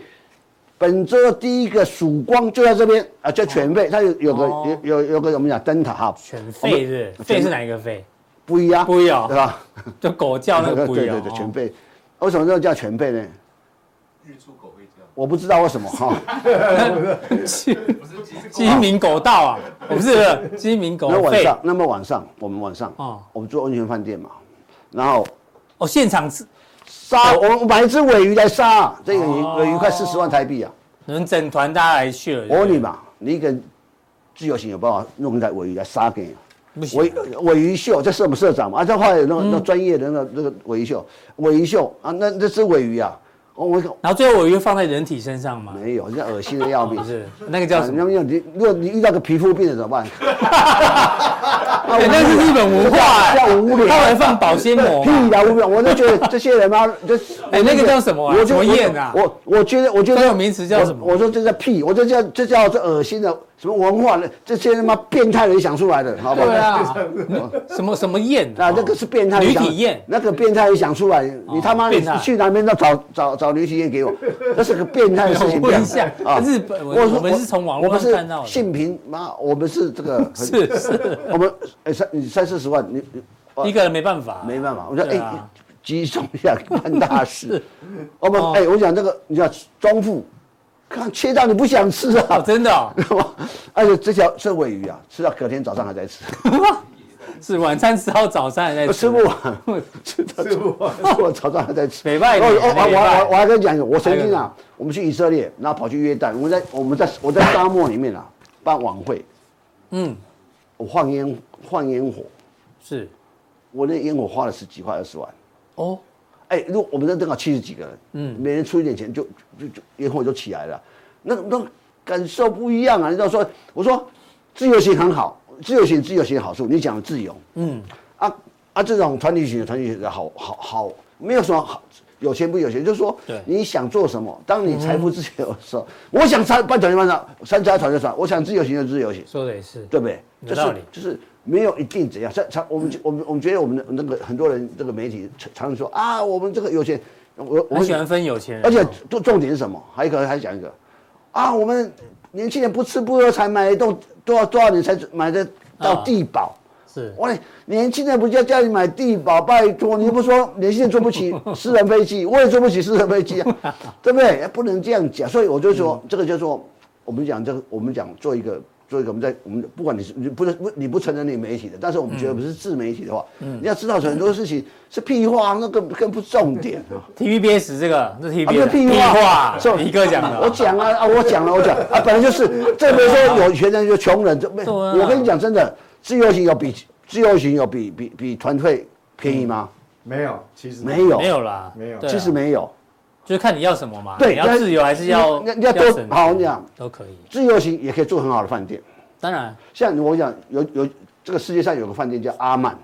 F: 本州的第一个曙光就在这边啊，叫犬吠，它有有个
B: 哦
F: 有有有个我们讲灯塔哈，
B: 犬吠是不是吠是哪一个吠？
F: 不一样，
B: 不一样
F: 对吧？
B: 就狗叫那个不一
F: 对
B: 样哦，
F: 对对，犬吠，为什么这叫犬吠呢？
G: 日出狗会叫，
F: 我不知道为什么 哈。
G: 不是其实
B: 鸡鸣狗盗啊，我不是不是鸡鸣狗
F: 那晚
B: 吠
F: 上，那么晚上，我们晚上，
B: 哦
F: 我们住温泉饭店嘛，然后
B: 哦，现场吃
F: 杀，
B: 哦
F: 我们买一只尾鱼来杀，这个鱼尾鱼快四十万台币啊！
B: 你们整团大家来去了，
F: 我哦问你嘛，你一个人自由行有办法弄一台尾鱼来杀给你？
B: 不行嗯
F: 尾尾鱼秀，这是我们社长嘛？啊，这后来有那个那专业的那个那个尾鱼秀，尾鱼秀啊，那那只尾鱼啊，我我靠
B: 然后最后我又放在人体身上嘛，
F: 没有，人家恶心的要命
B: 不。 是那个叫什
F: 啊
B: 么？
F: 你你如果你遇到个皮肤病的怎么办？啊
B: 对，哎那是日本文化哎，
F: 叫无聊
B: 他还放保鲜膜
F: 屁
B: 嘛，
F: 呀！我没有，我就觉得这些人嘛，这
B: 哎那个叫什么啊
F: 我就
B: 什么宴啊
F: 我我觉得，我觉得
B: 专有名词叫什么
F: 我我说这叫屁，我这叫这叫这恶心的什么文化？这些他妈变态人想出来的，好不好？
B: 对 啊，什么什么宴啊
F: 啊那这个是变态
B: 哦女
F: 人想
B: 体宴，
F: 那个变态人想出来，你他妈
B: 变
F: 你
B: 态
F: 去哪边都找找找女体验给我，这是个变态的事 情。
B: 我问一下
F: 不要
B: 日本我我们是从网络
F: 我们
B: 上
F: 是
B: 看到的
F: 性平妈，我们是这个
B: 是是，
F: 我们哎三你三四十万，你你哇
B: 一个人没办法，
F: 哦没办法，我说
B: 对
F: 哎
B: 啊，
F: 集中一下办大 事。我们
B: 哦
F: 哎，我讲这个，你看中腹，看切到你不想吃
B: 哦
F: 啊，
B: 真的哦，
F: 而且这条这尾鱼啊，吃到隔天早上还在吃，
B: 是晚餐吃到早餐还在
F: 吃
B: 吃
F: 不，完，吃到
D: 是我
F: 吃完哦早上还在吃。
B: 北拜
F: 我
B: 年
F: 我
B: 北
F: 我
B: 拜
F: 我我还跟你讲一个，我曾经啊，我们去以色列，然后跑去约旦，我们在我们在我在沙漠里面啊办晚会，
B: 嗯
F: 我放烟放烟火，
B: 是
F: 我那烟火花了十几块二十万。
B: 哦，
F: 哎，如果我们这正好七十几个人，嗯，每人出一点钱就，就就就烟火就起来了，那那感受不一样啊！你知道说，我说自由行很好，自由行自由行的好处，你讲的自由，嗯，啊啊，这种团体型的团体型的好好好，没有什么好。有钱不有钱，就是说
B: 对
F: 你想做什么。当你财富自由的时候，我想参办团就办团，参加团就团，我想自由行就自由行。
B: 说的也是，
F: 对不对？
B: 有
F: 就是
B: 道理嗯
F: 就是没有一定怎样。像像我们我们我们觉得我们的那个很多人这个媒体常常说啊，我们这个有钱，我我
B: 很
F: 们
B: 喜欢分有钱人，
F: 而且重重点是什么？还有一个还讲一个啊，我们年轻人不吃不喝才买得动多少多少年才买得
B: 啊
F: 到地保。
B: 是
F: 我年轻人不叫叫你买地保，拜托，你又不说年轻人坐不起私人飞机，我也坐不起私人飞机啊，对不对？不能这样讲，所以我就说，这个叫做我们讲这个，我们讲做一个做一个，我们在我们不管你是你不是不你不承认你媒体的，但是我们觉得不是自媒体的话，你要知道很多事情是屁话，那更更不重点啊。
B: TVBS 这个这
F: 啊，不
B: TVBS
F: 是屁话，
B: 是
F: 是
B: 一哥讲的，
F: 我讲啊啊，我讲了，我讲啊，本来就是，这没
B: 啊
F: 说有钱人就穷人，这没。
B: 对啊
F: 我跟你讲真的，自由行有比自由行有比比比团费便宜吗？
E: 没有，其实
F: 没有，
B: 嗯没，有啦，
E: 没有
B: 对啊
F: 其实没有。
B: 就是看你要什么嘛，
F: 对
B: 你要
F: 但
B: 自由还是要
F: 你你要多
B: 省钱
F: 好你讲
B: 都可以，
F: 自由行也可以住很好的饭店，
B: 当然，
F: 像我讲有有这个世界上有个饭店叫阿曼，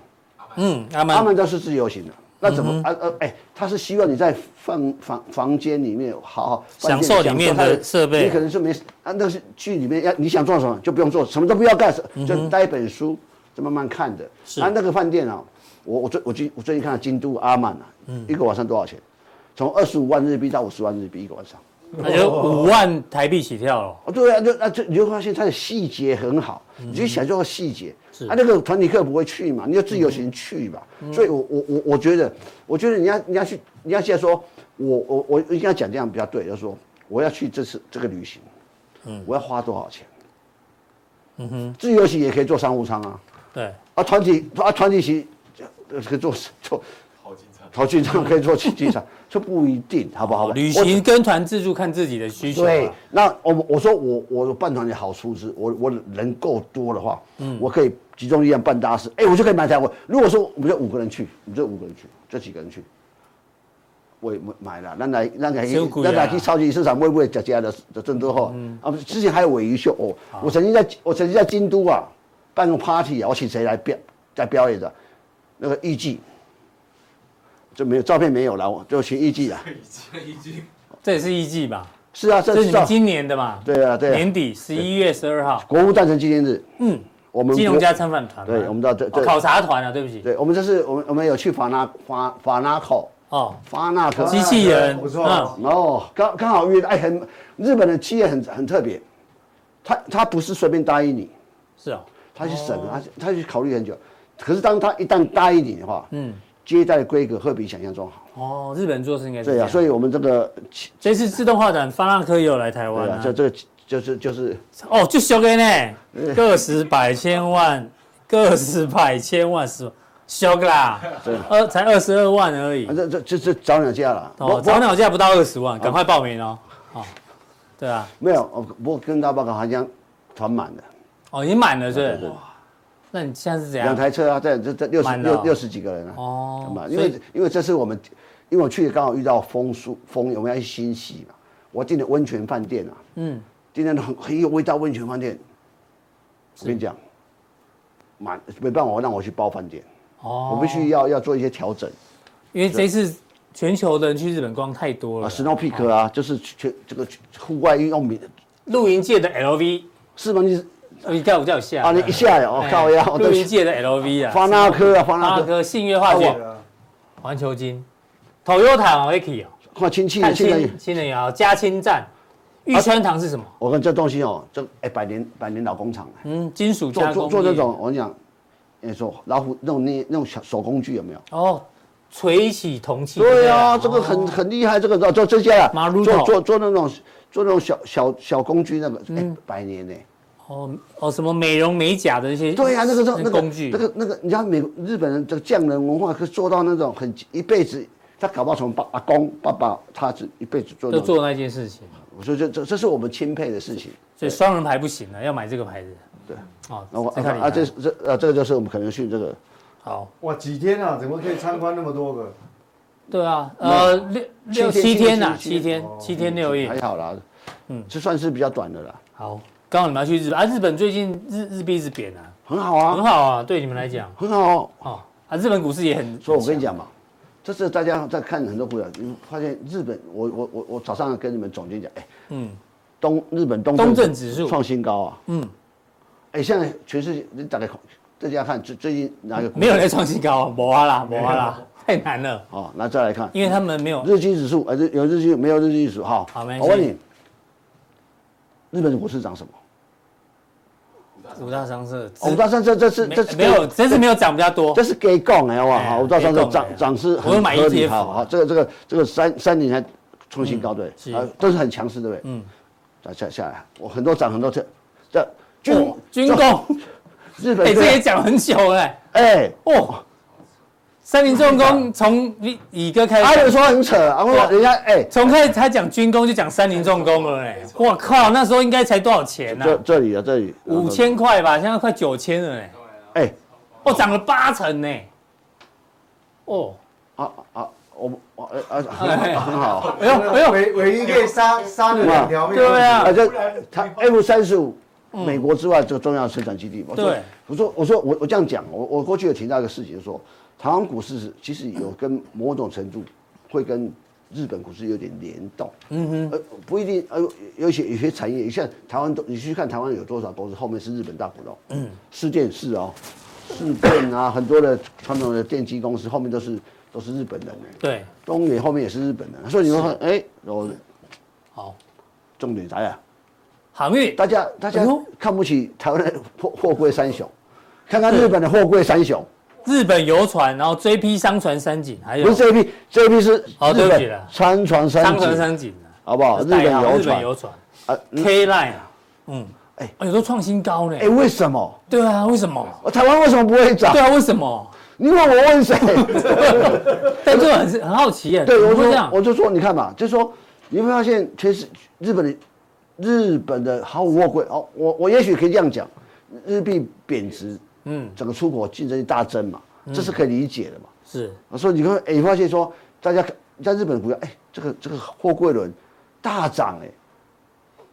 B: 嗯，阿
F: 阿
B: 曼
F: 曼都是自由行的。那怎
B: 嗯
F: 么啊呃哎，他是希望你在房房房间里面好好
B: 享受里面的
F: 享受它
B: 设备
F: 你可能是没啊，那是去里面要你想做什么就不用做，什么都不要干，就带一本书，就慢慢看的。
B: 嗯是
F: 啊，那个饭店啊，我我最我最我最近看到京都阿曼啊，
B: 嗯
F: 一个晚上多少钱？从二十五万日币到五十万日币一个晚上。
B: 那就五万台币起跳了，
F: 哦，对啊，就那就你就发现它的细节很好，你去享受细节。啊，那个团体课不会去嘛，你就自由行去吧。所以我，我我我觉得，我觉得你要你要去，你要现在说，我我我应该讲这样比较对，就是说我要去这次这个旅行，我要花多少钱？嗯哼，自由行也可以做商务舱啊，
B: 对，
F: 啊团体啊团体行呃可以做做
G: 好紧张。
F: 淘金舱可 以做去机场，这不一定，好不好？
B: 哦旅
F: 我
B: 行跟团自助看自己的需求啊，
F: 对，那我我说我我办团的好处是，我我人够多的话，
B: 嗯
F: 我可以集中力量办大事，哎、我就可以买台湾。如果说我们就五个人去，我们就五个人去，就几个人去，我也买买了，那来那来
B: 太贵
F: 那来
B: 了
F: 去超级市场会不会加加的的郑多后？
B: 嗯
F: 啊，不是之前还有尾鱼秀哦，我曾经在我曾经在京都啊办个 party 啊，我请谁来表来表演的？那个艺伎。就没有照片没有了，我就请艺伎啊。
G: 已经已经
B: 这也是一季吧，
F: 是啊，
B: 这
F: 这
B: 是你
F: 照
B: 们今年的嘛，
F: 对啊对啊
B: 年底十一月十二号，
F: 国务诞辰纪念日，
B: 嗯，
F: 我们
B: 金融
F: 国
B: 家参访团嘛，
F: 对我们到这
B: 哦
F: 这
B: 考察团啊，对不起，
F: 对，我们这是我们我们有去法纳法法纳口
B: 哦，
F: 法纳口，
B: 机器人，
D: 不错
B: 嗯
F: 哦，刚刚好遇到哎，很日本的企业很很特别，他他不是随便答应你，
B: 是哦，
F: 他去审，他他去考虑很久。可是当他一旦答应你的话，嗯，接待的规格会比想象中好。
B: 哦，日本做事应该是
F: 对
B: 这
F: 啊，
B: 样，
F: 所以我们这个企
B: 这次自动化展发那科也有来台
F: 对
B: 湾
F: 啊，
B: 啊
F: 这，这个就是就是
B: 哦，就小个呢，个十百千万，个十百千万十，小个啦，二才二十二万而已
F: 啊，这这这这早鸟价了。
B: 哦，
F: 我啊
B: 早鸟价不到二十万，赶快报名哦，哦，对啊，
F: 没有，哦不过跟大报告好像团满的，
B: 哦，已经满了是不是，那你现在是怎
F: 两
B: 样？
F: 台车啊，这这这六十
B: 满了哦
F: 六六十几个人啊。
B: 哦
F: 嘛，，因
B: 所以
F: 为因为这次我们，因为我去刚好遇到风叔风，我们要去新喜嘛，我订的温泉饭店啊，嗯，订的很很有味道温泉饭店，我跟你讲，满没办法让我去包饭店，
B: 哦
F: 我必须要要做一些调整
B: 因为这次全球的人去日本逛太多
F: 啊
B: 了，
F: ，Snow Peak
B: 哎
F: 啊，就是全这个户外运用品，
B: 露营界的 LV，
F: 是吗？你
B: 呃你叫我叫我下
F: 啊，你一下呀，
B: 哎
F: 我靠呀，我
B: 露
F: 都
B: 营界的 LV 啊，
F: 发那科啊，发
B: 巴
F: 那
B: 拉
F: 科，
B: 科、信越化学、
D: 啊
B: 环球金、Toyota 我也可以哦，
F: 看亲戚
B: 看
F: 亲人
B: 新。新能源啊，嘉清站、玉川堂是什么？
F: 我跟这东西哦，这哎百年百年老工厂了。啊
B: 嗯，金属加
F: 做
B: 工
F: 做
B: 业
F: 做这种，我跟你讲，你说老虎那种那那种小手工具有没有？
B: 哦，锤起铜器。
F: 对
B: 啊，
F: 啊，这个很很厉害，这个做这些啊
B: 马路，
F: 做
B: 头
F: 做做那种做那种小小小工具那个，哎，
B: 嗯
F: 百年呢？
B: 哦哦，什么美容美甲的一些
F: 对啊，那个时候那个
B: 工具，
F: 那个那个，你知道美日本人这个匠人文化，可以做到那种很一辈子，他搞不好从爸阿公爸爸他只一辈子做
B: 就
F: 那种，
B: 做那件事情，
F: 我说这这这是我们钦佩的事情。
B: 所以双人牌不行了，要买这个牌子。对，
F: 然后
B: 哦，再看你
F: 啊，
B: 啊
F: 这
B: 这
F: 这啊，这个就是我们可能去这个
B: 好
E: 哇，几天啊？怎么可以参观那么多个？
B: 对啊，呃，六六
F: 七
B: 七
F: 天
B: 天呐，
F: 七
B: 七
F: 天哦
B: 天，七天六夜
F: 还。好啦，嗯，这算是比较短的啦，
B: 好，刚好你们要去日本啊，日本最近日日币一直贬啊，
F: 很好啊，
B: 很好啊，对你们来讲，
F: 很好哦。
B: 哦啊，日本股市也很，
F: 所以我跟你讲嘛，这次大家在看很多股票，你发现日本，我我我我早上跟你们总监讲，哎，
B: 嗯，
F: 东日本东
B: 东证指数
F: 创新高啊，
B: 嗯，
F: 哎，现在全世界你打开大家看最最近哪个股
B: 没有人在创新高，摩啊啦，摩啊啦，太难了，
F: 哦，那再来看
B: 因为他们没有
F: 日经指数，呃，日有日经没有日经指数哈，
B: 好没关系
F: 我问你，日本股市涨什么？
B: 五大商社，
F: 哦五大三这这是
B: 没
F: 这是
B: 没有，真是没有涨比较多
F: 这，是给供哎，哇，
B: 哦哎
F: 好，我到上
B: 给
F: 次
B: 供哎
F: 涨涨是
B: 我有
F: 很
B: 买 E
F: 合理，
B: ETF
F: 好好，这个这个这个三三年才创新高对
B: 嗯是，
F: 啊，都是很强势对不对？
B: 嗯
F: 嗯，再下下来，我很多涨很多这这军
B: 哦军工，
F: 日本
B: 哎，这
F: 队
B: 也讲很久了哎，
F: 哎，
B: 哦，三菱重工从李李哥开始
F: 阿
B: 讲
F: 伦说很扯，然后
B: 哦
F: 人家哎
B: 从开始他讲军工就讲三菱重工了哎，我靠，那时候应该才多少钱呢、
F: 这这里啊这里
B: 五，千块吧，现在快九千了哎，
F: 哎
B: 哦，涨了八成呢，哦，
F: 啊啊，我们我啊 啊很好。
B: 哎呦哎呦，
D: 唯唯一可以杀杀了两条命。
B: 对啊
F: 啊，嗯这它 F 三十五，美国之外这个重要的生产基地。我说
B: 对，
F: 我说，我说，我我这样讲，我我过去有提到一个事情，就是说台湾股市是其实有跟某种程度会跟日本股市有点联动。嗯哼，呃，不一定，呃，有些有些产业，像台湾都，你去看台湾有多少公司后面是日本大股东，嗯，市电是哦，市电啊，很多的传统的电机公司后面都是都是日本人，
B: 对，
F: 东元后面也是日本人，所以你会看，哎，我
B: 好，
F: 重点在啊。
B: 航运
F: 大家大家
B: 哎呦
F: 看不起台湾的货货柜三雄，看看日本的货柜三雄，
B: 日本游船，然后 JP 商船三井，还
F: 不
B: 有
F: 是这一批，这一批是
B: 哎哦对
F: 日
B: 不起
F: 本
B: 啦
F: 川船三
B: 商船
F: 井，
B: 三井啊，
F: 好不好？日
B: 代
F: 本
B: 号
F: 游
B: 日本
F: 船
B: 游船
F: 啊，
B: K Line 啊，嗯，哎
F: 哎，
B: 有都创新高呢
F: 哎，，为什么？哦
B: 对啊，为什么？
F: 台湾为什么不会涨
B: 对？啊，为什么？
F: 你问我 问谁？
B: 但这个很很好奇耶，
F: 对，
B: 怎么
F: 我
B: 会这
F: 说
B: 样
F: 我就说，你看嘛，就说你会发现，全是日本的日本的毫无货柜哦，我我也许可以这样讲，日币贬值，
B: 嗯
F: 嗯，整个出口竞争力大增嘛，这是可以理解的嘛。
B: 是
F: 所以你看，哎、你发现说，大家看在日本股票，哎、这个这个货柜轮大涨哎、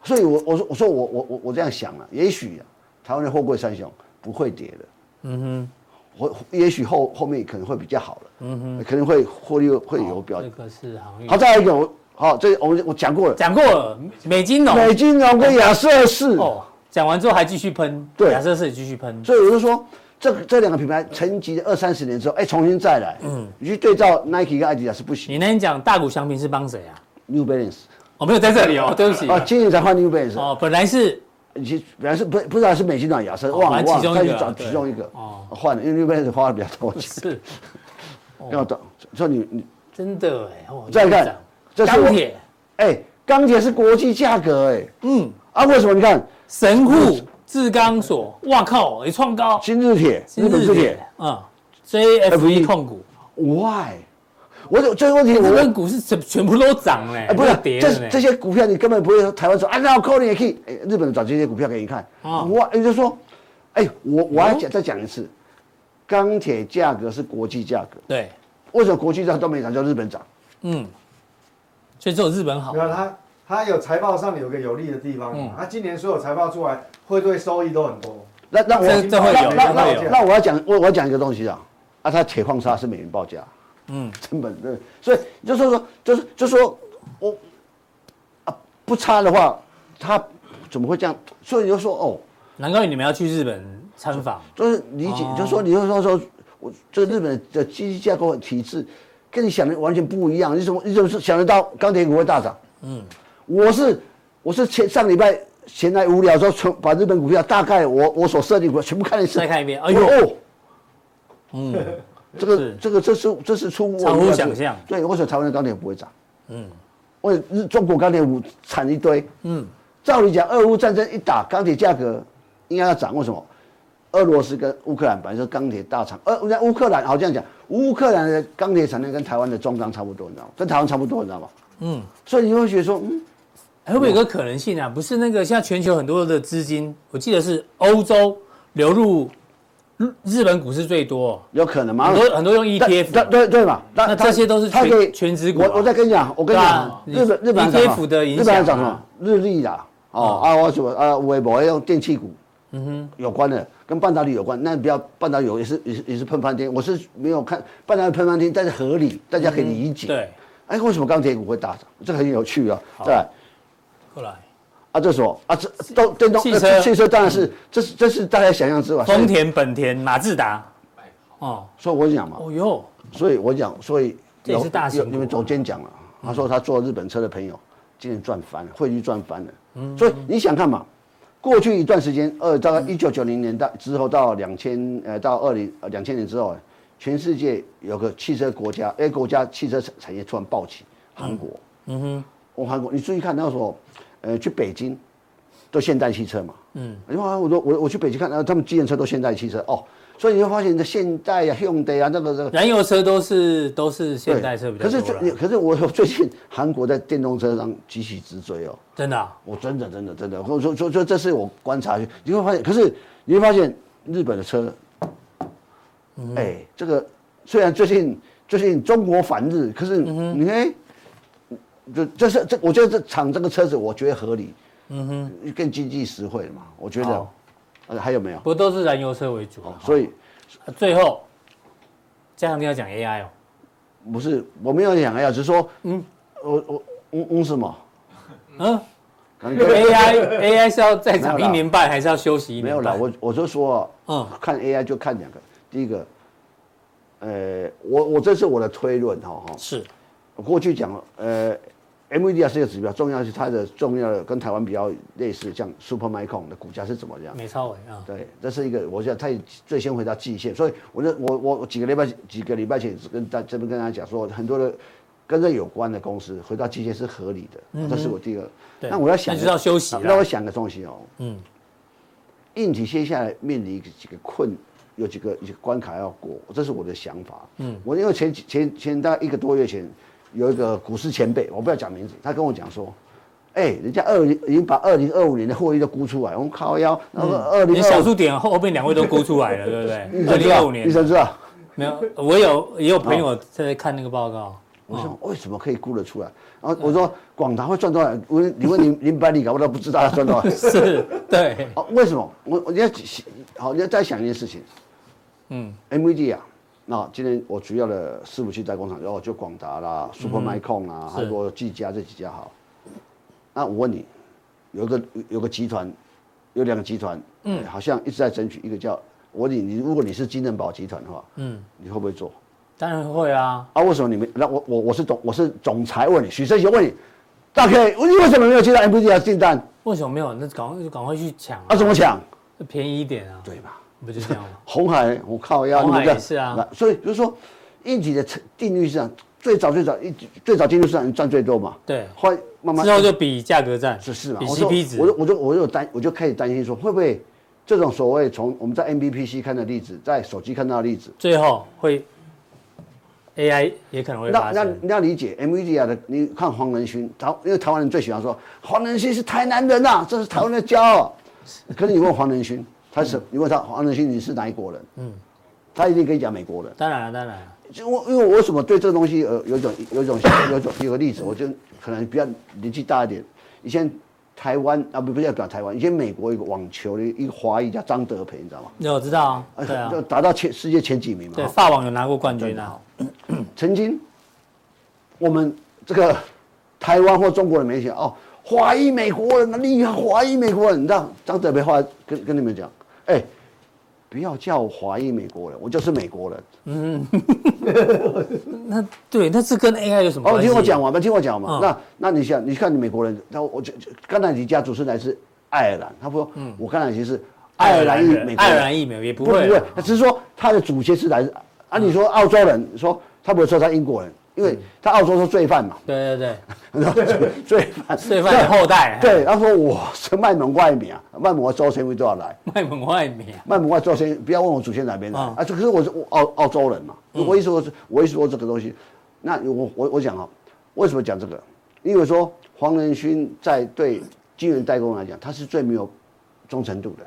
F: 所以我我说我说我我我我这样想啊，也许啊，台湾的货柜三雄不会跌的，嗯哼，我也许后后面可能会比较好了，嗯哼，可能会获利会有表
B: 这。个是航运
F: 好，。再来一个，我好，这我们我讲过了，
B: 讲过了，美金农
F: 美金融跟亚瑟士，
B: 哦，讲完之后还继续喷，
F: 对
B: 亚瑟士也继续喷，
F: 所以我就说，这个这两个品牌沉寂了二三十年之后，哎、重新再来，嗯，你去对照 Nike 跟艾迪达是不行
B: 你那天讲大股祥平是帮谁啊？
F: ，New Balance。
B: 我没有在这 里哦，对不起。
F: 哦，今年才换 New Balance，
B: 哦，本来是
F: 其实本来是不不知道是美金短牙是
B: 哦
F: 忘
B: 反正
F: 了忘
B: 其
F: 了，
B: 中
F: 再
B: 一个啊
F: 去找
B: 对
F: 其中一个
B: 哦
F: 换了，因为 New Balance 花的比较多钱，
B: 是哦
F: 要懂。说你你
B: 真的哎，哦
F: 再
B: 又
F: 看
B: 涨，
F: 这是我
B: 钢铁，
F: 哎，钢铁是国际价格哎
B: 嗯，
F: 啊，为什么你看
B: 神户
F: 嗯
B: 制钢所，哇靠，也创高，
F: 新日铁、日本制铁，
B: 嗯，JFE
F: FE
B: 控股，
F: ，why？我有这个问题，
B: 日
F: 我问
B: 本股市全全部都涨嘞，
F: 哎，不是
B: 没有跌了
F: 这
B: 嘞，
F: 这些股票你根本不会说台湾说啊，那扣你也可以，哎，日本找这些股票给你看，
B: 哦
F: 我也就说，哎，我我还讲再讲一次，钢铁价格是国际价格，
B: 对，
F: 为什么国际价格都没涨，叫日本涨？
B: 嗯，所以只有日本好
F: 嗯
D: 没，有他，他有财报上有个有利的地方
B: 嗯
D: 嘛，他今年所有财报出来，会对收益都很多。
F: 那那我
B: 这这会有
F: 那那
B: 这会有
F: 那那我要讲我我要讲一个东西啊，啊，它铁矿砂是美元报价，
B: 嗯
F: 嗯， 成本对，所以就说说就是就说我啊不差的话，它怎么会这样？所以就说哦，
B: 难怪你们要去日本参访，
F: 就是理解，
B: 哦
F: 就说你就说说我这个日本的经济架构体制跟你想的完全不一样，你怎么你怎么是想得到钢铁股会大涨？嗯，我是我是前上礼拜。闲来无聊的时候，全把日本股票大概我我所设定股票全部看一次，
B: 再看一遍哎
F: 哎
B: 呦
F: 呦，哦
B: 嗯，
F: 这个
B: 是
F: 这个这是这是出乎我
B: 超乎
F: 意料之
B: 想象
F: 对，为什么台湾的钢铁不会涨？嗯，为日中国钢铁股产一堆，嗯，照理讲，俄乌战争一打，钢铁价格应该要涨，为什么？俄罗斯跟乌克兰本来是钢铁大厂，呃，人家乌克兰好这样讲，乌克兰的钢铁产量跟台湾的中钢差不多，你知道吗？跟台湾差不多，你知道吗？
B: 嗯
F: 嗯，所以你会觉得说，嗯，
B: 还哎会不会有个可能性啊？不是那个现在全球很多的资金，我记得是欧洲流入日日本股市最多，
F: 有可能吗？
B: 很多很多用 E
F: 对
B: ETF，
F: 对对嘛，那
B: 那
F: 他
B: 这些都是
F: 他可以
B: 全全职股啊
F: 我我再跟你讲，我跟你讲，
B: 对啊
F: 日本
B: 你
F: 日本还涨
B: ETF 的影
F: 日本还涨什
B: 响
F: 么
B: 啊？
F: 日历啦，哦啊，我什么啊，微博用电器股，嗯哼，有关的，跟半导体有关。那不要半导体有也是也是也是喷翻天，我是没有看半导体喷翻天，但是合理，大家可以理解。
B: 对，
F: 哎，为什么钢铁股会大涨？这很有趣啊！对，
B: 后来
F: 啊，这是什么啊？这都电动
B: 汽
F: 呃
B: 车嗯
F: 汽车当然是，这是这是大家想象之外。所以
B: 丰，田、本田、马自达，哦，
F: 所以我讲嘛，
B: 哦哟，
F: 所以我讲，所以
B: 这也是大型
F: 有
B: 股啊
F: 你们总监讲了，他说他做日本车的朋友，今年赚翻了，汇率赚翻了。
B: 嗯
F: 所以你想看嘛？过去一段时间，二大概一九九零年代之后到两千呃到二零两千年之后，全世界有个汽车国家，哎，国家汽车产产业突然暴起，韩国。嗯哼，我韩国，你注意看那时候，呃，去北京都现代汽车嘛。嗯，因为我说我我去北京看，呃然后他们机人车都现代汽车哦，所以你会发现，这现代啊、用的啊，那个那个
B: 燃油车都是都是现代车比较
F: 可是
B: 多
F: 最
B: 了，
F: 可是我最近韩国在电动车上急起直追哦，
B: 真的啊，
F: 我真的真的真的，我说说说这是我观察，你会发现，可是你会发现日本的车，哎、这个虽然最近最近中国反日，可是你看，这这是这我觉得这厂这个车子我觉得合理，嗯哼，更经济实惠嘛，我觉得
B: 好，
F: 呃还有没有？
B: 不过都是燃油车为主啊。
F: 所以
B: 啊最后，嘉强你要讲 AI 哦，
F: 不是我没有想要，只是说，嗯，我我嗯嗯什么？
B: 嗯
F: 可能跟
B: ，AI AI 是要再涨
F: 没
B: 一
F: 有啦
B: 年半，还是要休息一
F: 没
B: 年
F: 有
B: 半？
F: 啦，我我就说，
B: 嗯
F: 嗯，看 AI 就看两个，第一个，呃，我我这是我的推论哈哈，
B: 是
F: 我过去讲了，呃，MVD 是一个指标，重要是它的重要的跟台湾比较类似，像 Supermicron 的股价是怎么样？
B: 美超伟啊，
F: 对，这是一个，我想他也最先回到季线，所以我那我我我几个礼拜几个礼拜前只跟大这边跟大家讲说，很多的跟这有关的公司回到季线是合理的，这是我第一个。
B: 嗯对
F: 那我要想
B: 那
F: 个，
B: 就是要休息啦
F: 那我想个东西哦，
B: 嗯
F: 嗯，硬体接下来面临几个困，有几个有几个关卡要过，这是我的想法。嗯，我因为前几前前大概一个多月前，有一个股市前辈，我不要讲名字，他跟我讲说。哎、人家二零已经把二零二五年的获利都估出来，我们靠腰，然后二零
B: 嗯你
F: 二
B: 小
F: 五
B: 数点后后面两位都估出来 了，对不对？二零二五年
F: 医生知道，哦
B: 没有，我有也有朋友在看那个报告，
F: 我说为什么可以估得出来？然
B: 嗯
F: 后我说广达会赚多少？我问你问林 林百里搞，我都不知道他赚多少。
B: 是，对，
F: 哦，为什么？我我你要想好，你要再想一件事情。嗯，MVD 啊，那今天我主要的伺服器代工厂，然后就广达啦、Supermicron 啦，
B: 是
F: 还有技嘉这几家好。那我问你，有一个有个集团，有两个集团，嗯，好像一直在争取，一个叫我问你，你如果你是金人宝集团的话，嗯，你会不会做？
B: 当然会啊，
F: 啊，为什么你们？那我我我是总我是总裁问你，许正雄问你，大 K，你为什么没有接到 MPD 的订单？
B: 为什么没有？那赶快就赶快去抢
F: 啊，怎么抢？
B: 便宜一点啊，
F: 对吧？
B: 不就这样吗？
F: 红海，我靠呀，
B: 红海
F: 你们这
B: 也是啊
F: 那所以就是说，硬体的成定律市场最早最早一最早进入市场赚最多嘛，
B: 对
F: 后来慢慢
B: 之后就比价格战，
F: 是是嘛，
B: 比
F: 我说
B: CP 值，
F: 我就我就我就担我就开始担心说会不会这种所谓从我们在 MVPC 看的例子，在手机看到的例子，
B: 最后会 AI 也可能会
F: 那
B: 发
F: 那
B: 生，
F: 你要理解 NVIDIA 的，你看黄仁勋，台因为台湾人最喜欢说黄仁勋是台南人呐、这是台湾的骄傲。可是你问黄仁勋，他是、你问他黄仁勋你是哪一国人？嗯，他一定跟你讲美国人。
B: 当然了，啊当然了，
F: 就我因为我为什么对这个东西呃有一种有一种有一种有个例子，我就可能比较年纪大一点，以前台湾啊不不要讲台湾，以前美国有一个网球的一个华裔叫张德培，你知道吗？
B: 那我知道啊，对啊
F: 哎就，达到前世界前几名嘛。
B: 对，
F: 哈
B: 法网有拿过冠军啊，
F: 曾经我们这个台湾或中国人没想哦，华裔美国人厉害，华裔美国人，你知道张德培话跟跟你们讲，哎、不要叫我华裔美国人，我就是美国人。
B: 那对，那这跟 AI 有什么
F: 哦，
B: 关系？
F: 你
B: 啊
F: 听我讲，完吧，听我讲嘛。
B: 嗯
F: 那那你想，你看你美国人，他我就就刚才你家主持人来自爱尔兰，他说，我刚才其实是爱尔兰裔美国
B: 嗯爱尔
F: 人，
B: 兰裔美也不
F: 不
B: 会啊嗯
F: 会
B: 啦，，
F: 只是说他的祖先是来自。啊，你说澳洲人，说他不会说他英国人，因为他澳洲是罪犯嘛，
B: 对对嗯对，
F: 罪犯，
B: 罪犯的后代，
F: 对，他说我是卖萌外面啊，卖萌周先会都要来，
B: 卖萌外面啊，
F: 卖萌外周先不要问我祖先哪边的
B: 嗯
F: 啊，这可是我是我澳澳洲人嘛，我一说是我一说这个东西，那我我我讲啊，为什么讲这个？因为说黄仁勋在对金源代工来讲，他是最没有忠诚度的，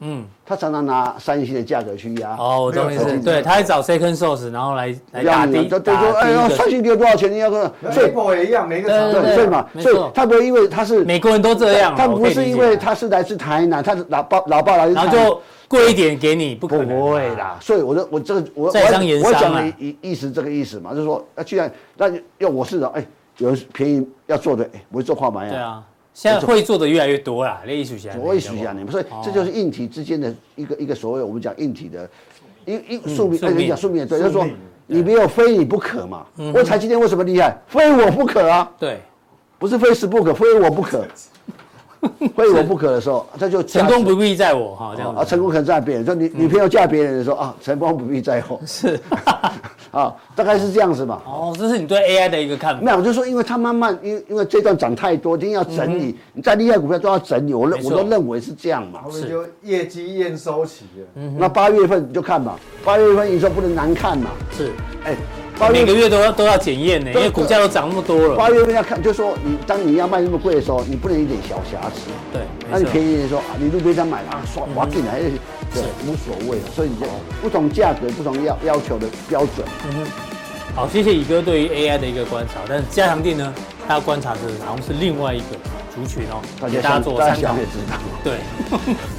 F: 嗯，他常常拿三星的价格去压。
B: 哦，我懂意
D: 没有
B: 思，对，他还找 second source，然后来来打
F: 让
B: 低
F: 你
B: 打
F: 他
B: 低
F: 就说，哎呀，
B: 一
F: 三
B: 个。
F: 星给我多少钱？你要多少？所以
D: Apple 也一样，每一个
B: 对
D: 厂
B: 对对
F: 对，所以嘛，
B: 没
F: 所以
B: 错
F: 他不会因为他是
B: 美国人都这样啊，
F: 他
B: 我
F: 不
B: 可以
F: 是
B: 理解
F: 因为他是来自台南，他是老爸老爸来自
B: 然
F: 台
B: 后
F: 南，
B: 就贵一点给你，不可
F: 不
B: 能啊
F: 不会啦。所以我的我这个我
B: 在商言
F: 我我
B: 商
F: 讲
B: 啊
F: 的意意思这个意思嘛，就是说，哎那既然那就要我是的，哎，有人便宜要做的，哎，不会做跨买
B: 对
F: 呀，
B: 啊，现在会做的越来越多啦，类艺术家，
F: 我也许下你们，所以
B: 哦
F: 这就是硬体之间的一个一个所谓我们讲硬体的，一一宿命，
B: 宿
F: 哎，
B: 命
F: 你讲宿命也对，就是
D: 宿
F: 说
D: 命
F: 你没有非你不可嘛。
B: 嗯
F: 我台积电为什么厉害？非我不可啊！
B: 对，
F: 不是非死不可，非我 不可，非我不可的时候，这就价
B: 成
F: 值
B: 功不必在我哈，这样
F: 啊，
B: 子。嗯
F: 成功可能在别人。说你女朋友嫁别人的时候啊，成功不必在我。是 啊，大概是这样子嘛。
B: 哦，这是你对 AI 的一个看法。
F: 没有，我就说，因为它慢慢，因为因为这段涨太多，一定要整理。你再厉害的股票都要整理，我
B: 嗯
F: 认
B: 没
F: 我
B: 错
F: 都认为是这样嘛
D: 后。面就业绩验收期了。
B: 嗯
F: 那八月份你就看吧，八月份营收不能难看嘛。
B: 是，
F: 哎，八
B: 每
F: 月
B: 个月都要都要检验呢，因
F: 对
B: 为股价都涨那么多
F: 八
B: 了。
F: 月份要看，就说你当你要卖那么贵的时候，你不能一点小瑕疵。
B: 对，
F: 那你便
B: 宜
F: 宜的时候啊，你路边摊买啊，
B: 嗯
F: 刷滑进来，对，无所谓了。所以你就不同价格、不同要要求的标准，
B: 好，谢谢乙哥对于 AI 的一个观察，但是加强店呢，他要观察的好像是另外一个族群哦，
F: 大
B: 给
F: 家
B: 大家
F: 想
B: 做
F: 大家
B: 参
F: 想
B: 考啊
F: 也。知道。
B: 对。